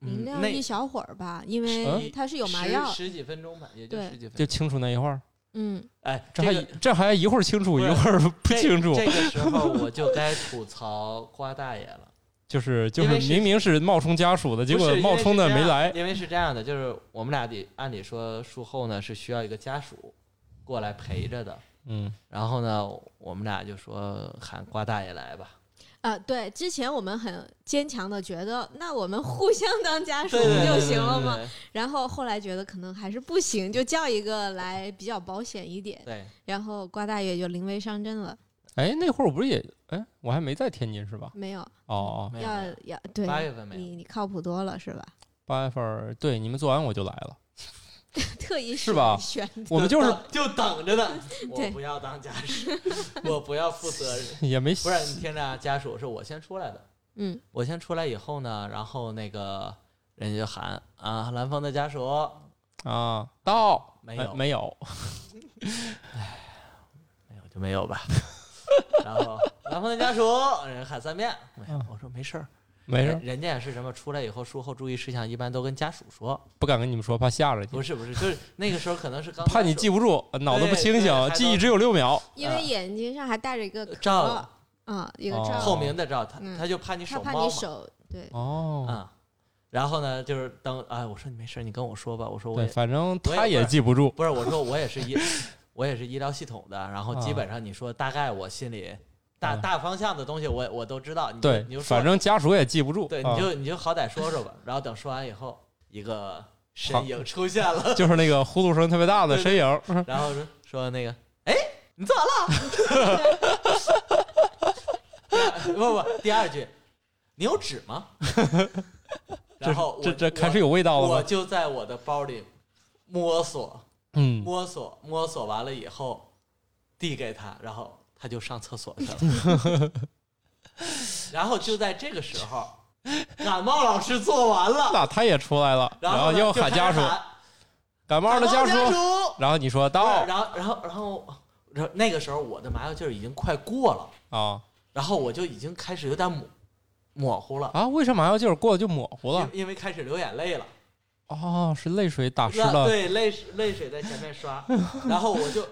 嗯明亮那一小会儿吧，因嗯为它是有麻药十，十几分钟吧，也就对十几分就钟。清楚那一会儿。嗯，哎，这个还这还一会儿清楚，不一是会儿不这清楚，这个时候我就该吐槽瓜大爷了，就是就因是为是明明是冒充家属的， 结不果是冒充的没来。因为是这样的，就是我们俩得按理说术后呢是需要一个家属过来陪着的，嗯，然后呢，我们俩就说喊瓜大爷来吧，啊，对，之前我们很坚强的觉得，那我们互相当家属对不对就对行了吗？对然后后来觉得可能还是不行，就叫一个来比较保险一点对。对，然后瓜大爷就临危上阵了，哎，那会儿我不是也哎，我还没在天津是吧？没有，哦哦，嗯没有要没有要对，八月份没有你你靠谱多 了是吧？八月份儿对你们做完我就来了，特意是吧选选 我们就是就等着呢。我对不要当家 属，我不要负责任。也没不是，你听着啊，家属是我先出来的。嗯，我先出来以后呢，然后那个人家就喊啊，蓝峰的家属，啊到没哎有没有，没哎有就没有吧。 然后蓝峰的家属，人喊三遍，没有嗯。我说没事儿，没事人儿，人家也是什么出来以后术后注意事项，一般都跟家属说。不敢跟你们说，怕吓着你不，是不是，就是那个时候可能是刚怕你开始记不住，脑子不清对还醒，都记忆只有六秒。因为眼睛上还戴着一个壳照儿呃了啊，一个哦罩儿，透明的照，他嗯他就怕你他手怕猫你嘛。手对哦，啊、然后呢，就是等哎，我说你没事儿，你跟我说吧。我说我对，也反正我也他不也是记不住。不是，我说我也是医， 我也是医疗系统的。然后基啊本上你说大概我心里大、啊大方向的东西我，我都知道。你就对嗯你就，说反正家属也记不住。对，啊你就你就好歹说说吧。然后等说完以后，一个好身影出现了，就是那个呼噜声特别大的身影。然后说说那个，哎，你做完了？ 不不，第二句，你有纸吗？然后我这这我开始有味道了我吗？就在我的包里摸索嗯，摸索摸索完了以后，递给他，然后他就上厕所去了。然后就在这个时候，感冒老师做完了，那他也出来了，然后呢又就喊开始家属，感冒喊的家属，然后你说到然后然后然后然后那个时候我的麻药劲儿已经快过了，啊然后我就已经开始有点模模糊了，啊，为什么麻药劲儿过了就模糊啊了？因因为开始流眼泪了。哦，是泪水打湿那了。对，泪水泪水在前面刷，然后我就，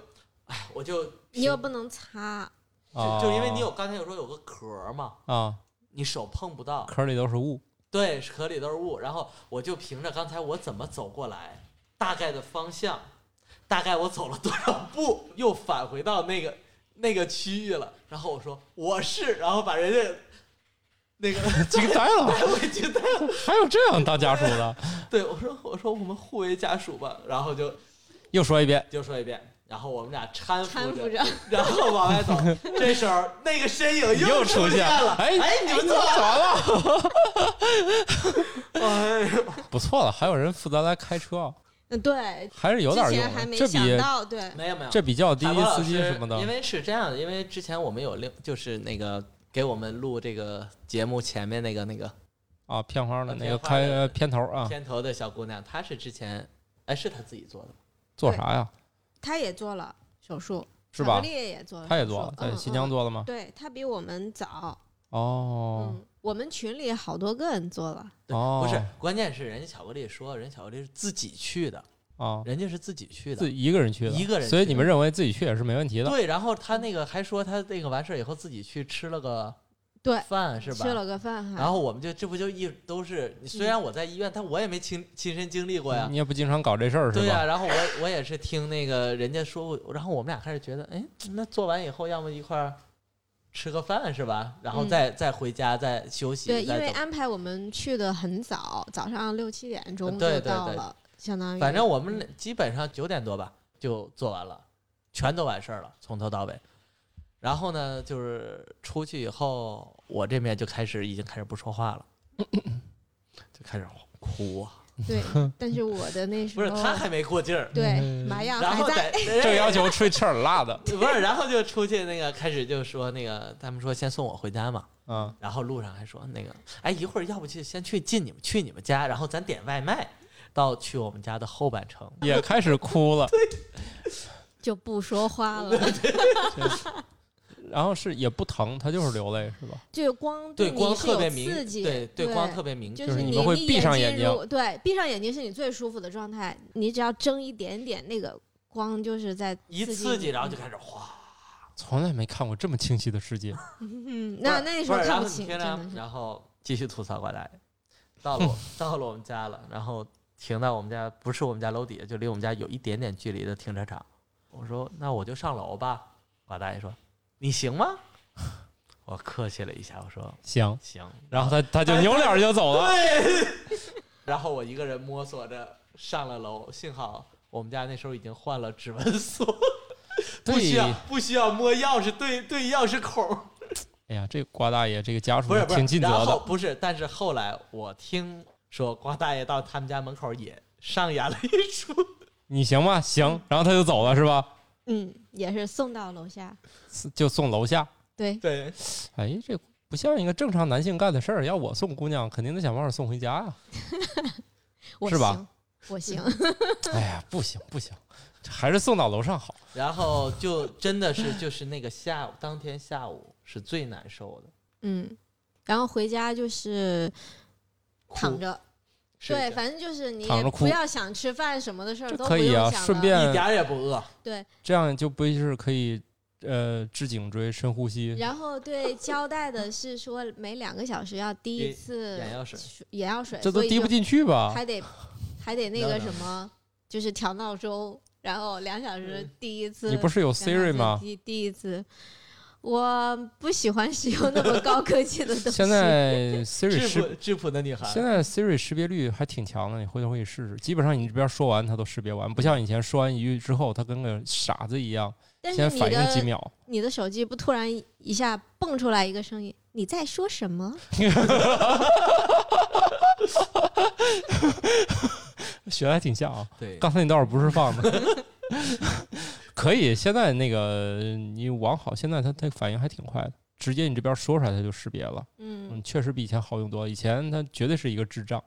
哎，我就你又不能擦，啊，就就因为你有刚才有说有个壳儿嘛，啊，你手碰不到，壳里都是雾。对，壳里都是雾。然后我就凭着刚才我怎么走过来，大概的方向，大概我走了多少步，又返回到那个那个区域了。然后我说我是，然后把人家那个 惊呆了，带回去带回还有这样当家属的。对我说我说我们互为家属吧，然后就又说一遍，就说一遍。然后我们俩搀搀扶扶着， 着，然后往外走。这时候那个身影又出现了。哎哎，你们怎走么了。了？哎呦不错了，还有人负责来开车啊，嗯，对，还是有之点用前还的。没这比想到，对，没有没有，这比较滴海滴波老司机师什么的因为是这样的，因为之前我们有另就是那个给我们录这个节目前面那个那个啊，片花的那个片花开的呃片头啊，片头的小姑娘，她是之前哎是她自己做的吗，做啥呀？他也做了手术，是吧巧克力也做了手术，他也做了，在嗯新疆，做了吗嗯？对他比我们早，哦嗯，我们群里好多个人做了，对哦不是，关键是人家巧克力说人家巧克力是自己去的，啊，人家是自己去自的。己一个人去的，一个人去的所以你们认为自己去也是没问题的。对，然后她那个还说她那个完事儿以后自己去吃了个对饭是吧？吃了个饭嗯还，然后我们就这不就一都是虽然我在医院，但我也没亲亲身经历过呀。你也不经常搞这事儿是对啊吧？然后我我也是听那个人家说，我然后我们俩开始觉得，哎，那做完以后，要么一块儿吃个饭是吧？然后嗯再、再回家，再休息，对，因再为怎么安排我们去的很早，早上六七点钟呃对就对到对了，相当于，反正我们嗯俩基本上九点多吧就做完了，全都完事儿了，从头到尾。然后呢，就是出去以后，我这边就开始已经开始不说话了， 就开始哭啊，对， 但是我的那时不候是他还没过劲儿，哦对麻药然还后在。在 这要求吹气儿辣的， 不是，然后就出去那个开始就说那个他们说先送我回家嘛，嗯，然后路上还说那个，哎，一会儿要不去先去进你们去你们家，然后咱点外卖到去我们家的后半程。也开始哭了。就不说 话了，然后是也不疼，他就是流泪是吧？就光对你光是特有别明，刺激，对对光特别明，就就是是你你们会你闭上眼睛睛如，对，闭上眼睛是你最舒服的状态。你只要睁一点点，那个光就是在一刺刺激，你嗯然后就开始哗。从来没看过这么清晰的世界。嗯，不那是那时候不是然看后不你清，听真着啊的是。然后继续吐槽瓜大爷。到 了我到了我们家了，然后停到我们家不是我们家楼底下，就离我们家有一点点距离的停车场。我说那我就上楼吧。瓜大爷说你行吗？ 我客气了一下，我说行。行，然后他他就扭脸就走了。然后我一个人摸索着上了楼，幸好我们家那时候已经换了指纹锁，不需要不需要摸钥匙对对钥匙孔，哎呀，这个瓜大爷这个家属不是不是，挺尽责然后的。不是，但是后来我听说瓜大爷到他们家门口也上演了 一出，你行吗？嗯行，然后他就走了是吧？嗯，也是送到楼下。就送楼下。对，对，哎，这不像一个正常男性干的事儿。要我送姑娘，肯定得想办法送回家啊 呀、我是吧行，我行。哎呀，不行不行，还是送到楼上好。然后就真的是就是那个下午，当天下午是最难受的，嗯，然后回家就是哭躺着，睡对，觉反正就是你躺着也哭不要想吃饭什么的事儿这都可以不用啊，想顺一了便点儿也不饿，这样就不是可以呃治颈椎、深呼吸。然后对交代的是说每两个小时要滴滴一次眼药水眼药水，这都所以滴不就进去吧？还得还得那等个等什么，就是调闹钟，然后两小时嗯滴一次。你不是有 Siri 吗？第第一次，我不喜欢使用那么高科技的东西。现在 Siri 质识朴质朴的女孩，现在 Siri 识别率还挺强的，你回头可以试试。基本上你这边说完它都识别完，不像以前说完一句之后，它跟个傻子一样，但是先你反应几的秒。你的手机不突然一下蹦出来一个声音，你在说什么？ 学的还挺像啊。对刚才你倒是不是放的， 可以。现在那个你网好，现在它它反应还挺快的，直接你这边说出来它就识别了。嗯嗯，确实比以前好用多了。以前它绝对是一个智障，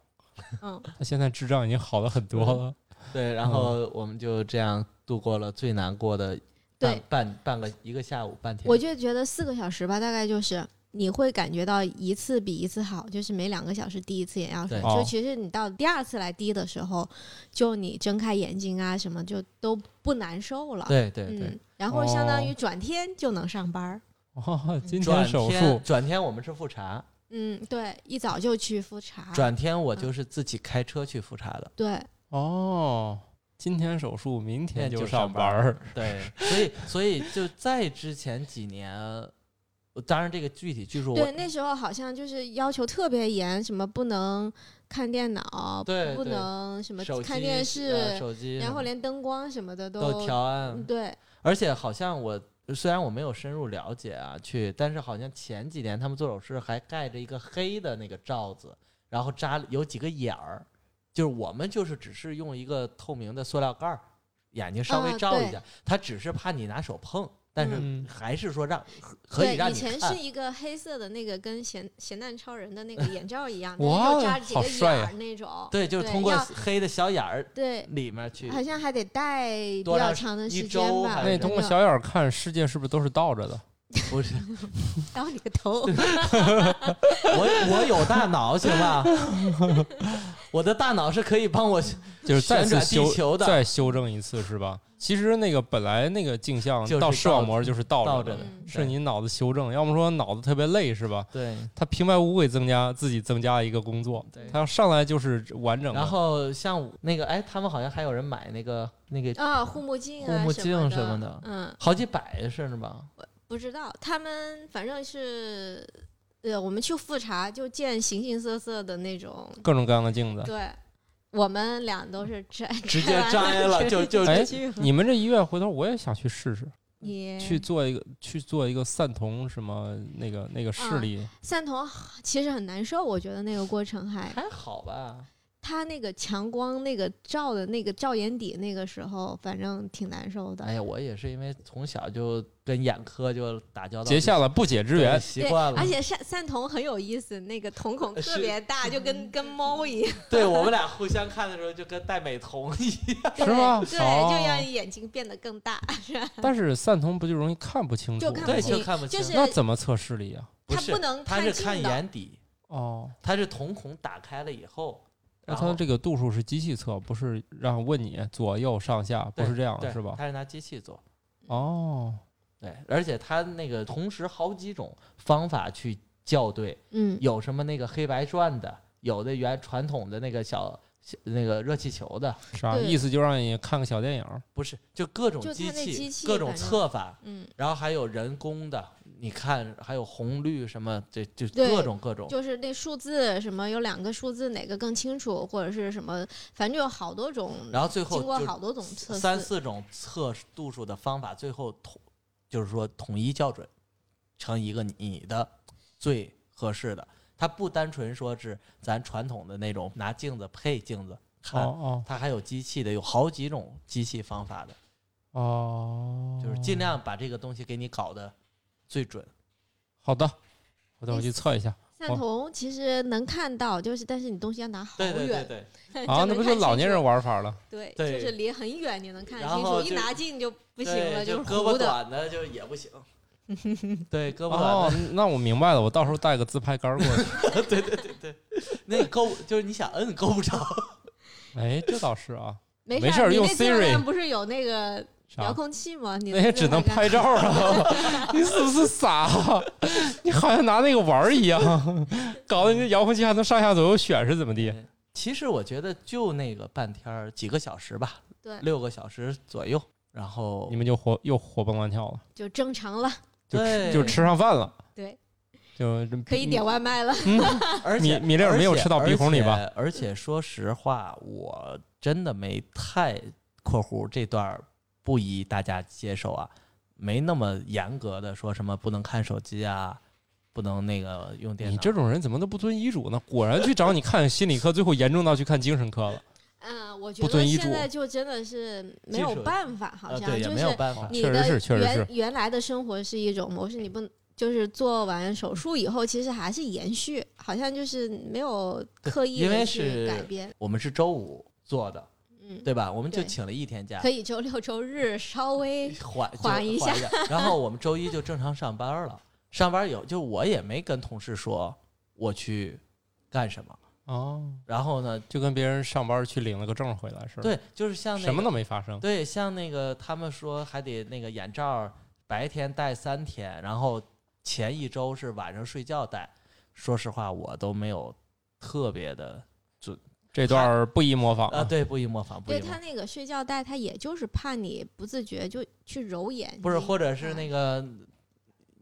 嗯，它现在智障已经好了很多了。对，然后我们就这样度过了最难过的半对半半个一个下午半天。我就觉得四个小时吧，大概就是你会感觉到一次比一次好，就是每两个小时滴一次眼药水。对哦就其实你到第二次来滴的时候，就你睁开眼睛啊什么就都不难受了。对对对，嗯，然后相当哦于转天就能上班儿。 哦，今转天手术天转天我们是复查，嗯，对，一早就去复查。转天嗯我就是自己开车去复查的。对，哦，今天手术，明天就就上上班班儿。对，所以所以就在之前几年，我当然这个具体技术我对，那时候好像就是要求特别严，什么不能看电脑，对不对能什么手机看电视，呃手机什然后么连灯光什么的都都调暗嗯，对，而且好像我虽然我没有深入了解啊，去，但是好像前几年他们做手术还盖着一个黑的那个罩子，然后扎了有几个眼儿，就是我们就是只是用一个透明的塑料盖儿，眼睛稍微啊罩一对下，他只是怕你拿手碰，但是嗯还是说让可以对，让以你前看是。一个黑色的那个跟咸咸蛋超人的那个眼罩一样，但哇哦是又扎几好个帅眼呀儿那种，啊对，就是对通过要黑的小眼儿对，里面去，好像还得戴比多较长长的一时间周吧还。那你是通过小眼儿看世界是不是都是倒着的？不是到你个 头，我我有大脑行 吧？我的大脑是可以帮我 就是再旋次转地修球的再修正一次是吧？其实那个本来那个镜像就是到视倒网着膜就是倒倒着着的的，嗯是你脑子修正。要么说脑子特别累是吧？对。他平白无故给增加自己增加一个工作对，他要上来就是完整的。然后像我那个，哎，他们好像还有人买那个那个啊，护目镜啊，护目镜什么么的嗯，好几百甚至吧，不知道，他们反正是，呃，我们去复查就见形形色色的那种，各种各样的镜子。对，我们俩都是摘 直接摘了就就哎去你们这医院回头我也想去试试，你去做一个去做一个散瞳什么那个那个视啊力，散瞳其实很难受，我觉得那个过程还，还好吧？他那个强光那个照的那个照眼底那个时候，反正挺难受的。哎呀，我也是因为从小就跟眼科就打交道，结下了不解之对缘。习对，惯了呃而。且散散瞳很有意思，那个瞳孔是特别大，就跟跟猫一样，对我们俩互相看的时候，就跟戴美瞳一样。是吗对，哦就让眼睛变得更大。但是散瞳不就容易看不清楚吗？就看不对，清就看不清。就是那怎么测视力啊？不他是不能他是看近看的眼底，哦，他是瞳孔打开了以后，那然后它这个度数是机器测，不是让问你左右上下，不对是这样对是吧？他是拿机器做。哦，对，而且他那个同时好几种方法去校对，嗯，有什么那个黑白转的，有的原传统的那个小小那个热气球的，啥对意思？就让你看个小电影儿。不是，就各种就机它那器，机器各种反正测法，嗯，然后还有人工的，你看还有红绿什么，这就对各种各种。就是那数字什么有两个数字哪个更清楚，或者是什么，反正有好多种，然后最后经过就好多种测试，三四种测度数的方法，最后统就是说统一校准成一个你的最合适的。它不单纯说是咱传统的那种拿镜子配镜子看，哦它还有机器的，有好几种机器方法的，哦哦，就是尽量把这个东西给你搞得最准。好的，回头我去测一 下。散瞳其实能看到，就是但是你东西要拿哦好对对对远，对，啊，那不是老年人玩法 了？对，对就是离很远你能看然清后楚，一就拿近就不不行了，就就是胳糊膊的。短的就也 不行。对，胳膊短的哦，那我明白了，我到时候带个自拍杆儿过去。对对对对，那够就是你想摁够不着，哎，这倒是啊，没没事儿儿你用那电话 Siri 杆不是有那个遥啥？控器吗？你那也只能自己拍照 啊！你是不是傻？啊你好像拿那个玩儿一样，搞得你遥控器还能上下左右选是怎么地？其实我觉得就那个半天儿几个小时吧，对六个小时左右，然后你们就活又活蹦乱跳了，就正常了，就对吃就吃上饭了，对，就可以点外卖了。而米且米粒儿没有吃到鼻孔里吧而且？而且说实话，我真的没太（括弧这段儿不宜大家接受啊），没那么严格的说什么不能看手机啊，不能那个用电脑。你这种人怎么能不遵医嘱呢？果然去找你看心理科，最后严重到去看精神科了。嗯，我觉不遵得医现嘱在就真的是没技有术办法，好呃像对也就没有是办法，你确实的是确实原是原来的生活是一种模式，你不能就是做完手术以后，其实还是延续，好像就是没有对刻意因为的去是改变。我们是周五做的，嗯，对吧？我们就对请了一天假可，以周六周日稍 微缓就缓一下下，然后我们周一就正常上班了。上班有就我也没跟同事说我去干什么，哦，然后呢，就跟别人上班去领了个证回来似的，对，就是像那什么个都没发生。对，像那个他们说还得那个眼罩儿白天戴三天，然后前一周是晚上睡觉戴。说实话，我都没有特别的这段儿不宜模仿啊，对，不宜模仿，不宜对模他仿，那个睡觉带，他也就是怕你不自觉就去揉眼睛，不是，或者啊是那个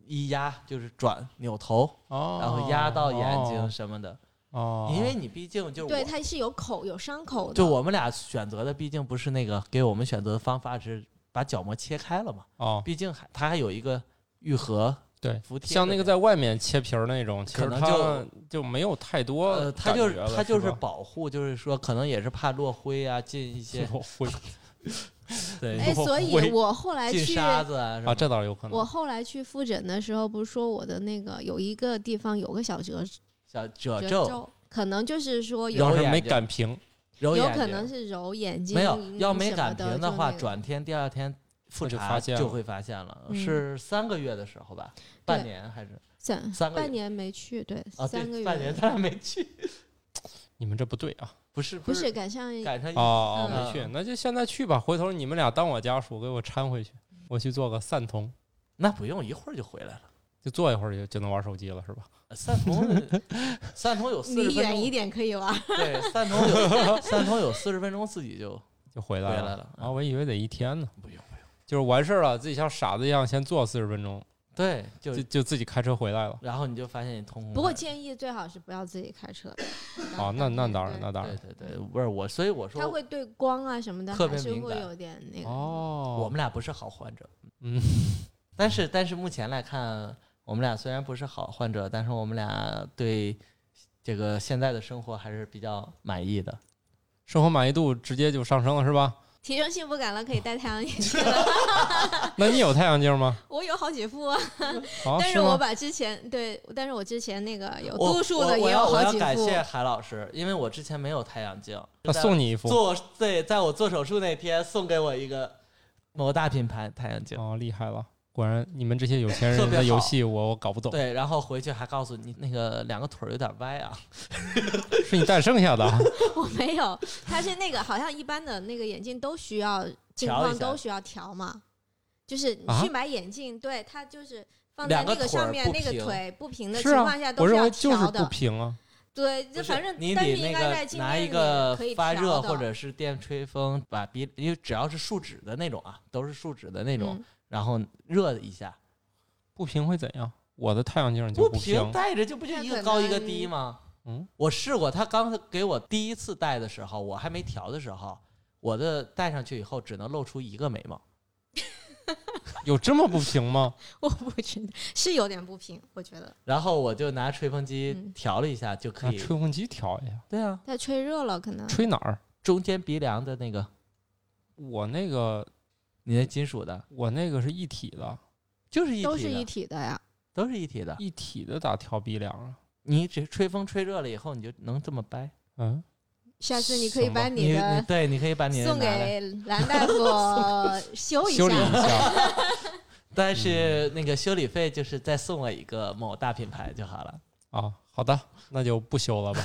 一压就是转扭头，哦，然后压到眼睛什么的，哦，因为你毕竟就是对，我他是有口有伤口的，就我们俩选择的毕竟不是那个给我们选择的方法是把角膜切开了嘛，哦，毕竟还它还有一个愈合对服帖的像那个在外面切皮儿那种，其实可能它就就没有太多呃，它就是感觉了它就是是保护，就是说可能也是怕落灰啊，进一些吧 我会哎，对所 我以我后来进去。沙子啊什啊，么这倒是有可我能。后来去复诊的时候，不是说我的那个有一个地方有个小褶小褶褶皱，皱，可能就是说有揉要是眼没睛擀平，揉有眼可睛能是揉眼睛，没有，要没什么擀的平就话，那个转天第二天复那就查发现就了会发现了，嗯是三个月的时候吧，半对年还是三三个月半年没去，对，啊？三个对，月半年咱俩没去，你们这不对啊！不是不是赶上赶上一哦，嗯没去，那就现在去吧。回头你们俩当我家属，给我搀回去，我去做个散瞳，那不用一会儿就回来了。就坐一会儿就就能玩手机了，是吧？散瞳， 散瞳有四十离分远一钟，嗯点可以玩。对，散瞳 有散瞳有四十分钟自己就就回回来了。来了。嗯啊，我以为得一天呢，不用不用，就是完事儿了，自己像傻子一样先坐四十分钟，对，就就就自己开车回来了。然后你就发现你瞳孔不过很建议最好是不要自己开车的。嗯哦，那那当然，对那当对然。对对，不是我，所以我它说会对光啊什么的特还别是敏会感有点那个。哦，我们俩不是好患者，嗯， 但是但是目前来看，我们俩虽然不是好患者，但是我们俩对这个现在的生活还是比较满意的。生活满意度直接就上升了，是吧？提升幸福感了，可以戴太 阳眼镜了。那你有太阳镜吗？我有好几副啊，啊，但是我吗？把之前对，但是我之前那个有哦我度数我的我也有要我好要几感副。谢海老师，因为我之前没有太阳镜，那送你一副。做对，在我做手术那天送给我一个某大品牌太阳镜。哦，厉害了！果然你们这些有钱特人别的游好戏我，我搞不懂，对，然后回去还告诉你那个两个腿儿有点歪啊，是你诞剩下的啊。我没有，它是那个好像一般的那个眼镜都需要镜调一框下都需要调嘛，就是你啊去买眼镜，对它就是放在两个那个腿儿上面不那个平腿不平的是情啊况下，我 都认要为就是调不的。平啊。对，就不反正你但得是那应该在个镜拿面一里个可以发调热的或者是电吹风，把鼻，因为只要是树脂的那种啊，都是树脂的那种，嗯然后热一下，不平会怎样？我的太阳镜就不平平，戴着就不就一个高一个低吗？嗯，我试过，他刚给我第一次戴的时候，我还没调的时候，我的戴上去以后只能露出一个眉毛。有这么不平 吗？我不觉得是有点不平，我觉得然后我就拿吹风机嗯调了一下，就可拿以。吹风机调一下，对啊，它吹热了可能。吹哪儿？中间鼻梁的那个，我那个你那金属的，我那个是一体的，就是一体的，都是一体的呀，都是一体的。一体的咋调鼻梁啊？你只吹风吹热了以后，你就能这么掰。嗯，下次你可以行吧把你的对，你可以把你的送拿来给 蓝 大夫修一修理一下，下。但是那个修理费就是再送我一个某大品牌就好了。啊，好的，那就不修 了吧。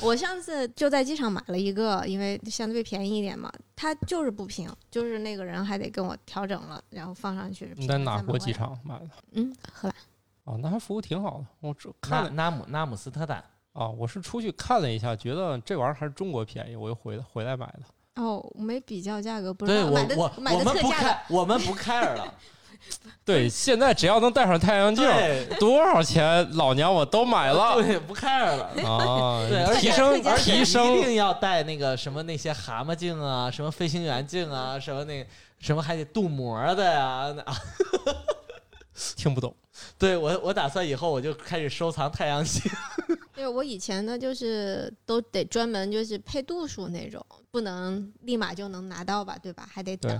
我上次就在机场买了一个，因为相对便宜一点嘛，它就是不平，就是那个人还得跟我调整了，然后放上去。你在哪国机平了再买回场买来？的？嗯，荷兰。啊，那还服务挺好的。我这看纳了纳姆纳姆斯特丹，啊，我是出去看了一下，觉得这玩意儿还是中国便宜，我又回回来买的。哦，我没比较价格，不知对道我买的我买我的们特不价的。开我们不 care 了， 对，现在只要能戴上太阳镜，对多少钱老娘我都买了 对不 care 了。啊！对，而提且升而且提一升，定要戴那个什么那些蛤蟆镜啊，什么飞行员镜啊，什么那什么还得镀膜的呀、那啊！听不懂。对我我打算以后我就开始收藏太阳镜，对我以前呢，就是都得专门就是配度数那种，不能立马就能拿到吧，对吧？还得对等。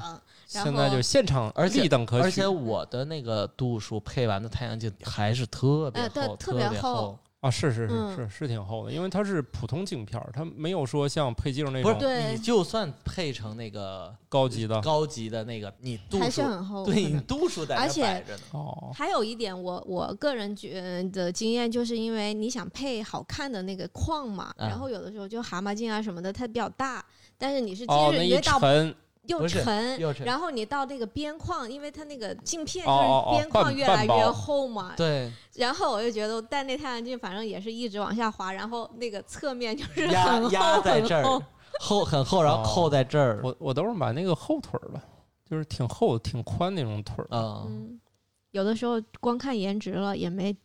然后现在就现场而且立等可而取且我的那个度数配完的太阳镜还是特别哎对厚，特别别厚啊，是是是嗯是是挺厚的，因为它是普通镜片儿，它没有说像配镜那不种是啊对你就算配成那个高级的高级的那个，你度还是数很厚。对可你能度数在而那且摆着呢。哦。还有一点我，我个人觉的经验，就是因为你想配好看的那个框嘛，啊嗯然后有的时候就蛤蟆镜啊什么的，它比较大，但是你是哦近，日那你一会到沉又不是沉，又沉呃然后你到那个边框，因为它那个镜片哦哦哦就是边框半越来半越包厚嘛，对，然后我就觉得戴那太阳镜，反正也是一直往下滑，然后那个侧面就是压很压厚在这儿很厚。，厚很厚，然后哦扣在这儿。我我都是买那个厚腿儿的，就是挺厚、挺宽那种腿儿。嗯，嗯，有的时候光看颜值了，也没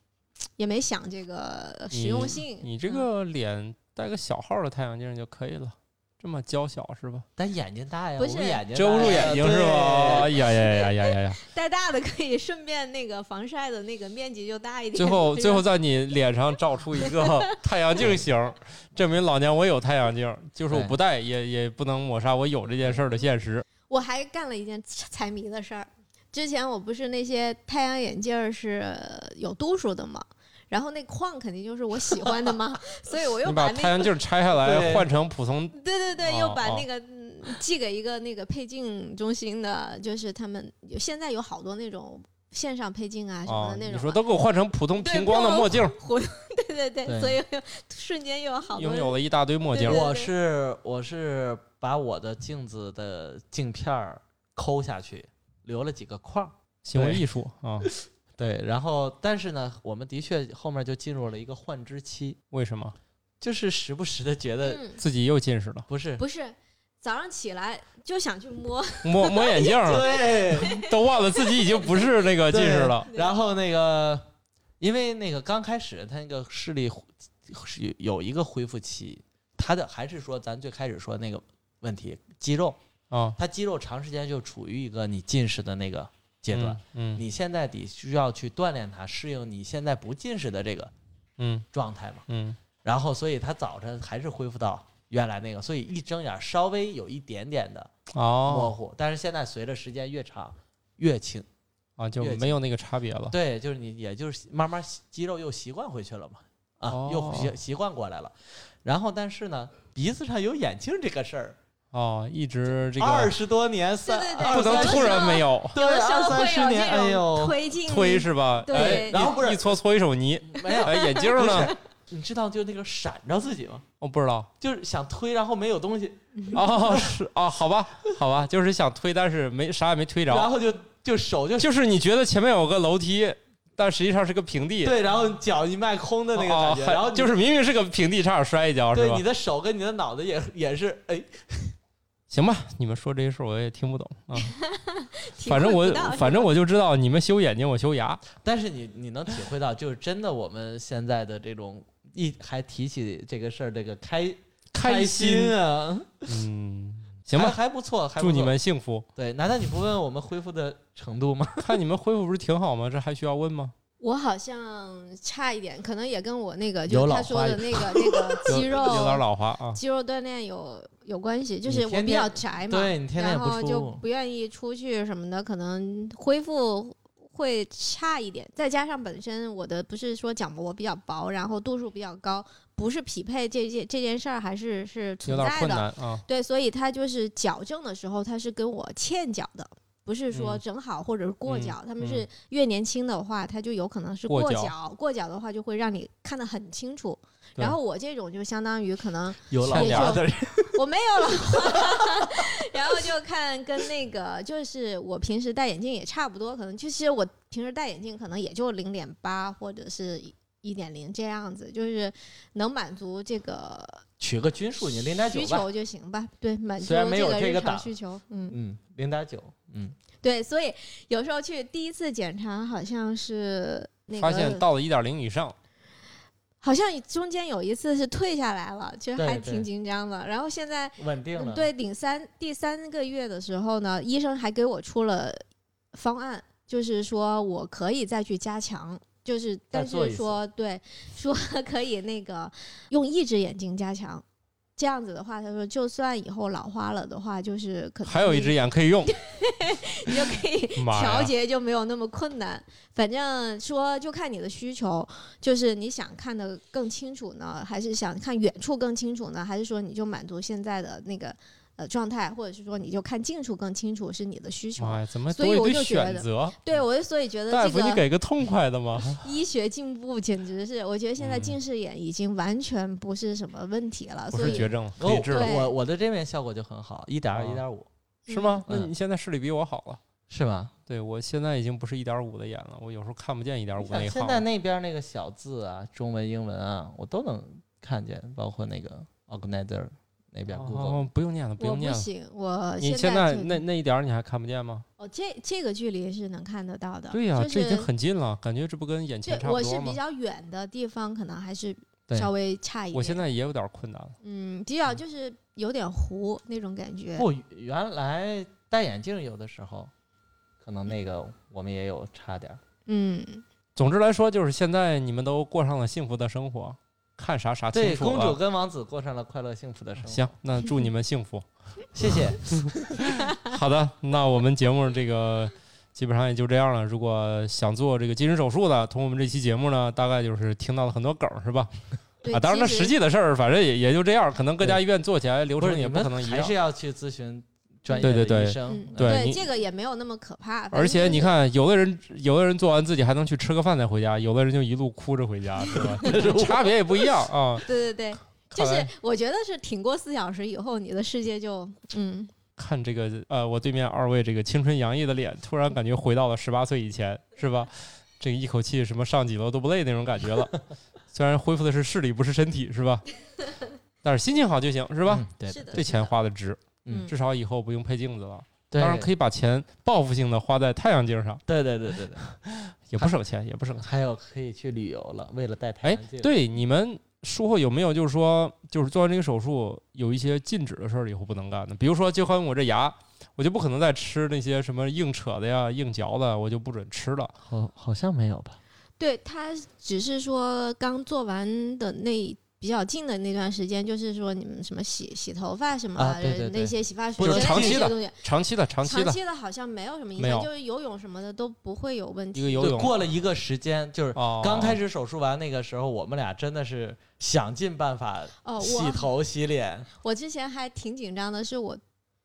也没想这个实用性。嗯你这个脸戴个小号的太阳镜就可以了，这么娇小是吧？但眼睛大呀，不我是们眼睛遮不大住呀眼睛是吧？哎对呀呀呀呀呀呀！戴大的可以顺便那个防晒的那个面积就大一 点。最 后对吧最后在你脸上照出一个太阳镜型儿，证明老娘我有太阳镜，就是我对不戴也也不能抹杀我有这件事儿的现实。我还干了一件财迷的事儿。之前我不是那些太阳眼镜儿是有度数的嘛，然后那框肯定就是我喜欢的 嘛，所以我又你把那个太阳镜拆下对来换成普通对对对，哦又把哦那个、嗯寄给一个那个配镜中心的，就是他们有现在有好多那种线上配镜啊什么啊，的那种、你说都给我换成普通对平光的墨镜，活对 对对，对所以又 瞬间又有好多拥人有了一大堆墨镜对对。我是我是把我的镜子的镜片儿抠下去，留了几个框儿。行为艺术啊？对，然后但是呢，我们的确后面就进入了一个换支期，为什么就是时不时的觉得嗯，自己又近视了？不是不是早上起来就想去摸， 抹抹眼镜儿了，对，都忘了自己已经不是那个近视了。然后那个，因为那个刚开始他那个视力恢是有有一个恢复期，他的还是说咱最开始说那个问题，肌肉，啊，他肌肉长时间就处于一个你近视的那个阶段，嗯，嗯你现在得需要去锻炼它，适应你现在不近视的这个嗯状态嘛。嗯，然后，所以他早晨还是恢复到原来那个，所以一睁眼稍微有一点点的模哦糊，但是现在随着时间越长越清。啊，就越近没有那个差别了。对，就是你，也就是慢慢习肌肉又习惯回去了嘛，啊，又习哦习惯过来了。然后，但是呢，鼻子上有眼镜这个事儿，哦，一直这二个十多年三对对对二不能三突十然没有对有的时二候三会十有年，哎这种呦，推进推是吧？对哎然后不是一一搓搓一手泥，没有哎，眼镜儿呢？哦你知道就那个闪着自己吗？我不知道。就是想推，然后没有东西，哦，是哦，好吧，好吧，就是想推，但是没啥也没推然着，后就就手就就是你觉得前面有个楼梯，但实际上是个平地。对，然后脚一迈空的那个感觉，哦还然后你就是明明是个平地，差点摔一跤，是对吧你？的手跟你的脑袋也也是哎，行吧，你们说这些事儿我也听不懂 啊，体反正会我不到反正我就知道你们修眼睛，我修牙。但是你你能体会到，就是真的我们现在的这种一还提起这个事儿，这个开开心心，啊，嗯，行还吧，还不错，还不祝错你们幸福。对。难道你不问我们恢复的程度吗？看你们恢复不是挺好吗？这还需要问吗？我好像差一点，可能也跟我那个有就是老他说花的那个那个 有肌肉有点老花啊。肌肉锻炼有有关系，就你是我天比较天宅嘛，对你天天也然不后就出，不愿意出去什么的，可能恢复会差一点。再加上本身我的不是说角膜比较薄，然后度数比较高，不是匹配这件这件事儿还是是有存点在困的。难啊，对，所以他就是矫正的时候，他是跟我欠缴的。不是说嗯整好或者是过嗯角，他们嗯是越年轻的话，他就有可能是过过角角，过角的话就会让你看得很清楚。对然后我这种就相当于可能有老欠点花儿的人，我没有了， 然后就看跟那个，就是我平时戴眼镜也差不多，可能就是我平时戴眼镜可能也就零点八或者是一点零这样子，就是能满足这个取个均数，你零点九需吧，求就行吧。对，满足虽然没有个这日个常档需求。嗯，嗯，零点九，嗯，对，所以有时候去第一次检查好像是那个，发现到了一点零以上，好像中间有一次是退下来了，就还对对挺紧张的。然后现在稳定了，嗯，对，顶三第三个月的时候呢，医生还给我出了方案，就是说我可以再去加强，就是但做一是次说对， 说可以那个用一只眼睛加强。这样子的话，他说，就算以后老花了的话，就是可能还有一只眼可以用，你就可以妈呀嗯调节就没有那么困难。反正说就看你的需求，就是你想看的更清楚呢，还是想看远处更清楚呢，还是说你就满足现在的那个呃状态，或者是说你就看近处更清楚是你的需求。妈呀，怎么所多以一我堆就觉选得择？对我就所以觉得大这夫，你个给个痛快的吗？ 医学进步简直是，我觉得现在嗯近视眼已经完全不是什么问题了，不所是以绝症，哦理智了对我我的这边效果就很好，一点二、啊一点五，是吗？那嗯你现在视力比我好了。是吧？对我现在已经不是一点五的眼了，我有时候看不见一点五那一现行在了。那边那个小字啊，中文、英文啊，我都能看见，包括那个 organizer 那边 Google，、哦，不用念了，不嗯我用不念了。行，我你现现在就那那一点儿你还看不见吗？哦这这个距离是能看得到的，对呀、就这已经是很近了，感觉这不跟眼这前差我不是多比吗？较远的地方，可能还是对稍微差一点。我现在也有点困难了。嗯，比较就是有点糊那种感哦觉。不，哦原来戴眼镜有的时候，可能那个我们也有差点儿。嗯，总之来说，就是现在你们都过上了幸福的生活，看啥啥清对，楚公主了。跟王子过上了快乐幸福的生活。，行，那 祝你们幸福。谢谢。好的，那我们节目这个基本上也就这样了。如果想做这个近视手术的，从我们这期节目呢，大概就是听到了很多梗儿，是吧？对，啊，当然那其实际的事儿，反正也也就这样，可能各家对医院做起来流不程是也 你不可能们一还样是。要去咨询专对业对的对医生嗯，，对你这个也没有那么可怕。反而且正你就是，看，有的人有的人做完自己还能去吃个饭再回家，有的人就一路哭着回家，是 吧？差别也不一样啊。对对对，就看是来我觉得是挺过四小时以后，你的世界就嗯，看这个呃，我对面二位这个青春洋溢的脸，突然感觉回到了十八岁以前，是吧？这个一口气什么上几楼都不累那种感觉了。虽然恢复的是视力，不是身体，是吧？但是心情好就行，是嗯是吧？？对是的这钱花的值，嗯至少以后不用配镜子了。对当然可以把钱报复性的花在太阳镜上，对对对对对。也不省钱，也不省钱。还有可以去旅游了，为了戴太哎阳镜。，，对，你们术后有没有就是说，就是做完这个手术有一些禁止的事儿以后不能干的？比如说，就和我这牙，我就不可能再吃那些什么硬扯的呀、硬嚼的，我就不准吃了。好，好像没有吧？对他只是说刚做完的那。比较近的那段时间，就是说你们什么洗洗头发什么、啊对对对那些洗发水不能之类的长那期些的东西，长期的，长期长的，期的好像没有什么影没有响，就是游泳什么的都不会有问一题。个游对，泳过了一个时间，就是哦，刚开始手术完那个时候，我们俩真的是想尽办法哦，洗我头洗脸，我之前还挺紧张的，是我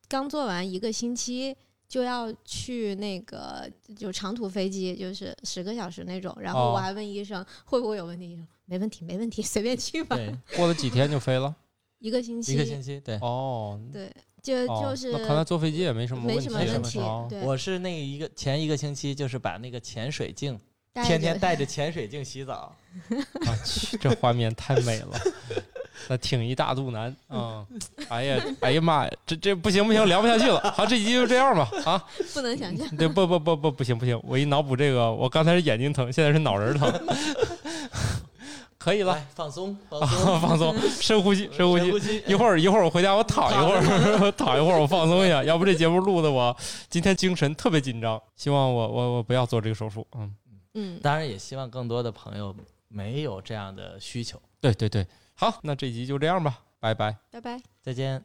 刚做完一个星期就要去那个就长途飞机，就是十个小时那种，然后哦我还问医生、会不会有问题，医生说没问题，没问题， 随便去 吧。对，过了几天就飞了。一个星期，一个星期，对。哦，对，就、哦就是那看来坐飞机也没什么没问题，什么没什问么题，哦对，我是那一个前一个星期，就是把那个潜水镜，带天着天带着潜水镜洗澡， 啊，去这画面太美了。那挺一大肚腩啊！哎呀，哎呀妈呀，这这不行不行，聊不下去了。好，这集就这样吧啊！不能 想象。对，不不不不，不行不行，我一脑补这个，我刚才是眼睛疼，现在是脑仁疼。 可以了， 来放松放 松，放松，深呼吸，哎嗯深呼吸。 吸一会儿一会儿我回家，我躺一会儿，我躺一会儿，我放松一下。要不这节目录的我今天精神特别紧张。希望我我我不要做这个手术。嗯，嗯，当然也希望更多的朋友没有这样的需求。对对对，好，那这集就这样吧，拜拜。拜拜。再见。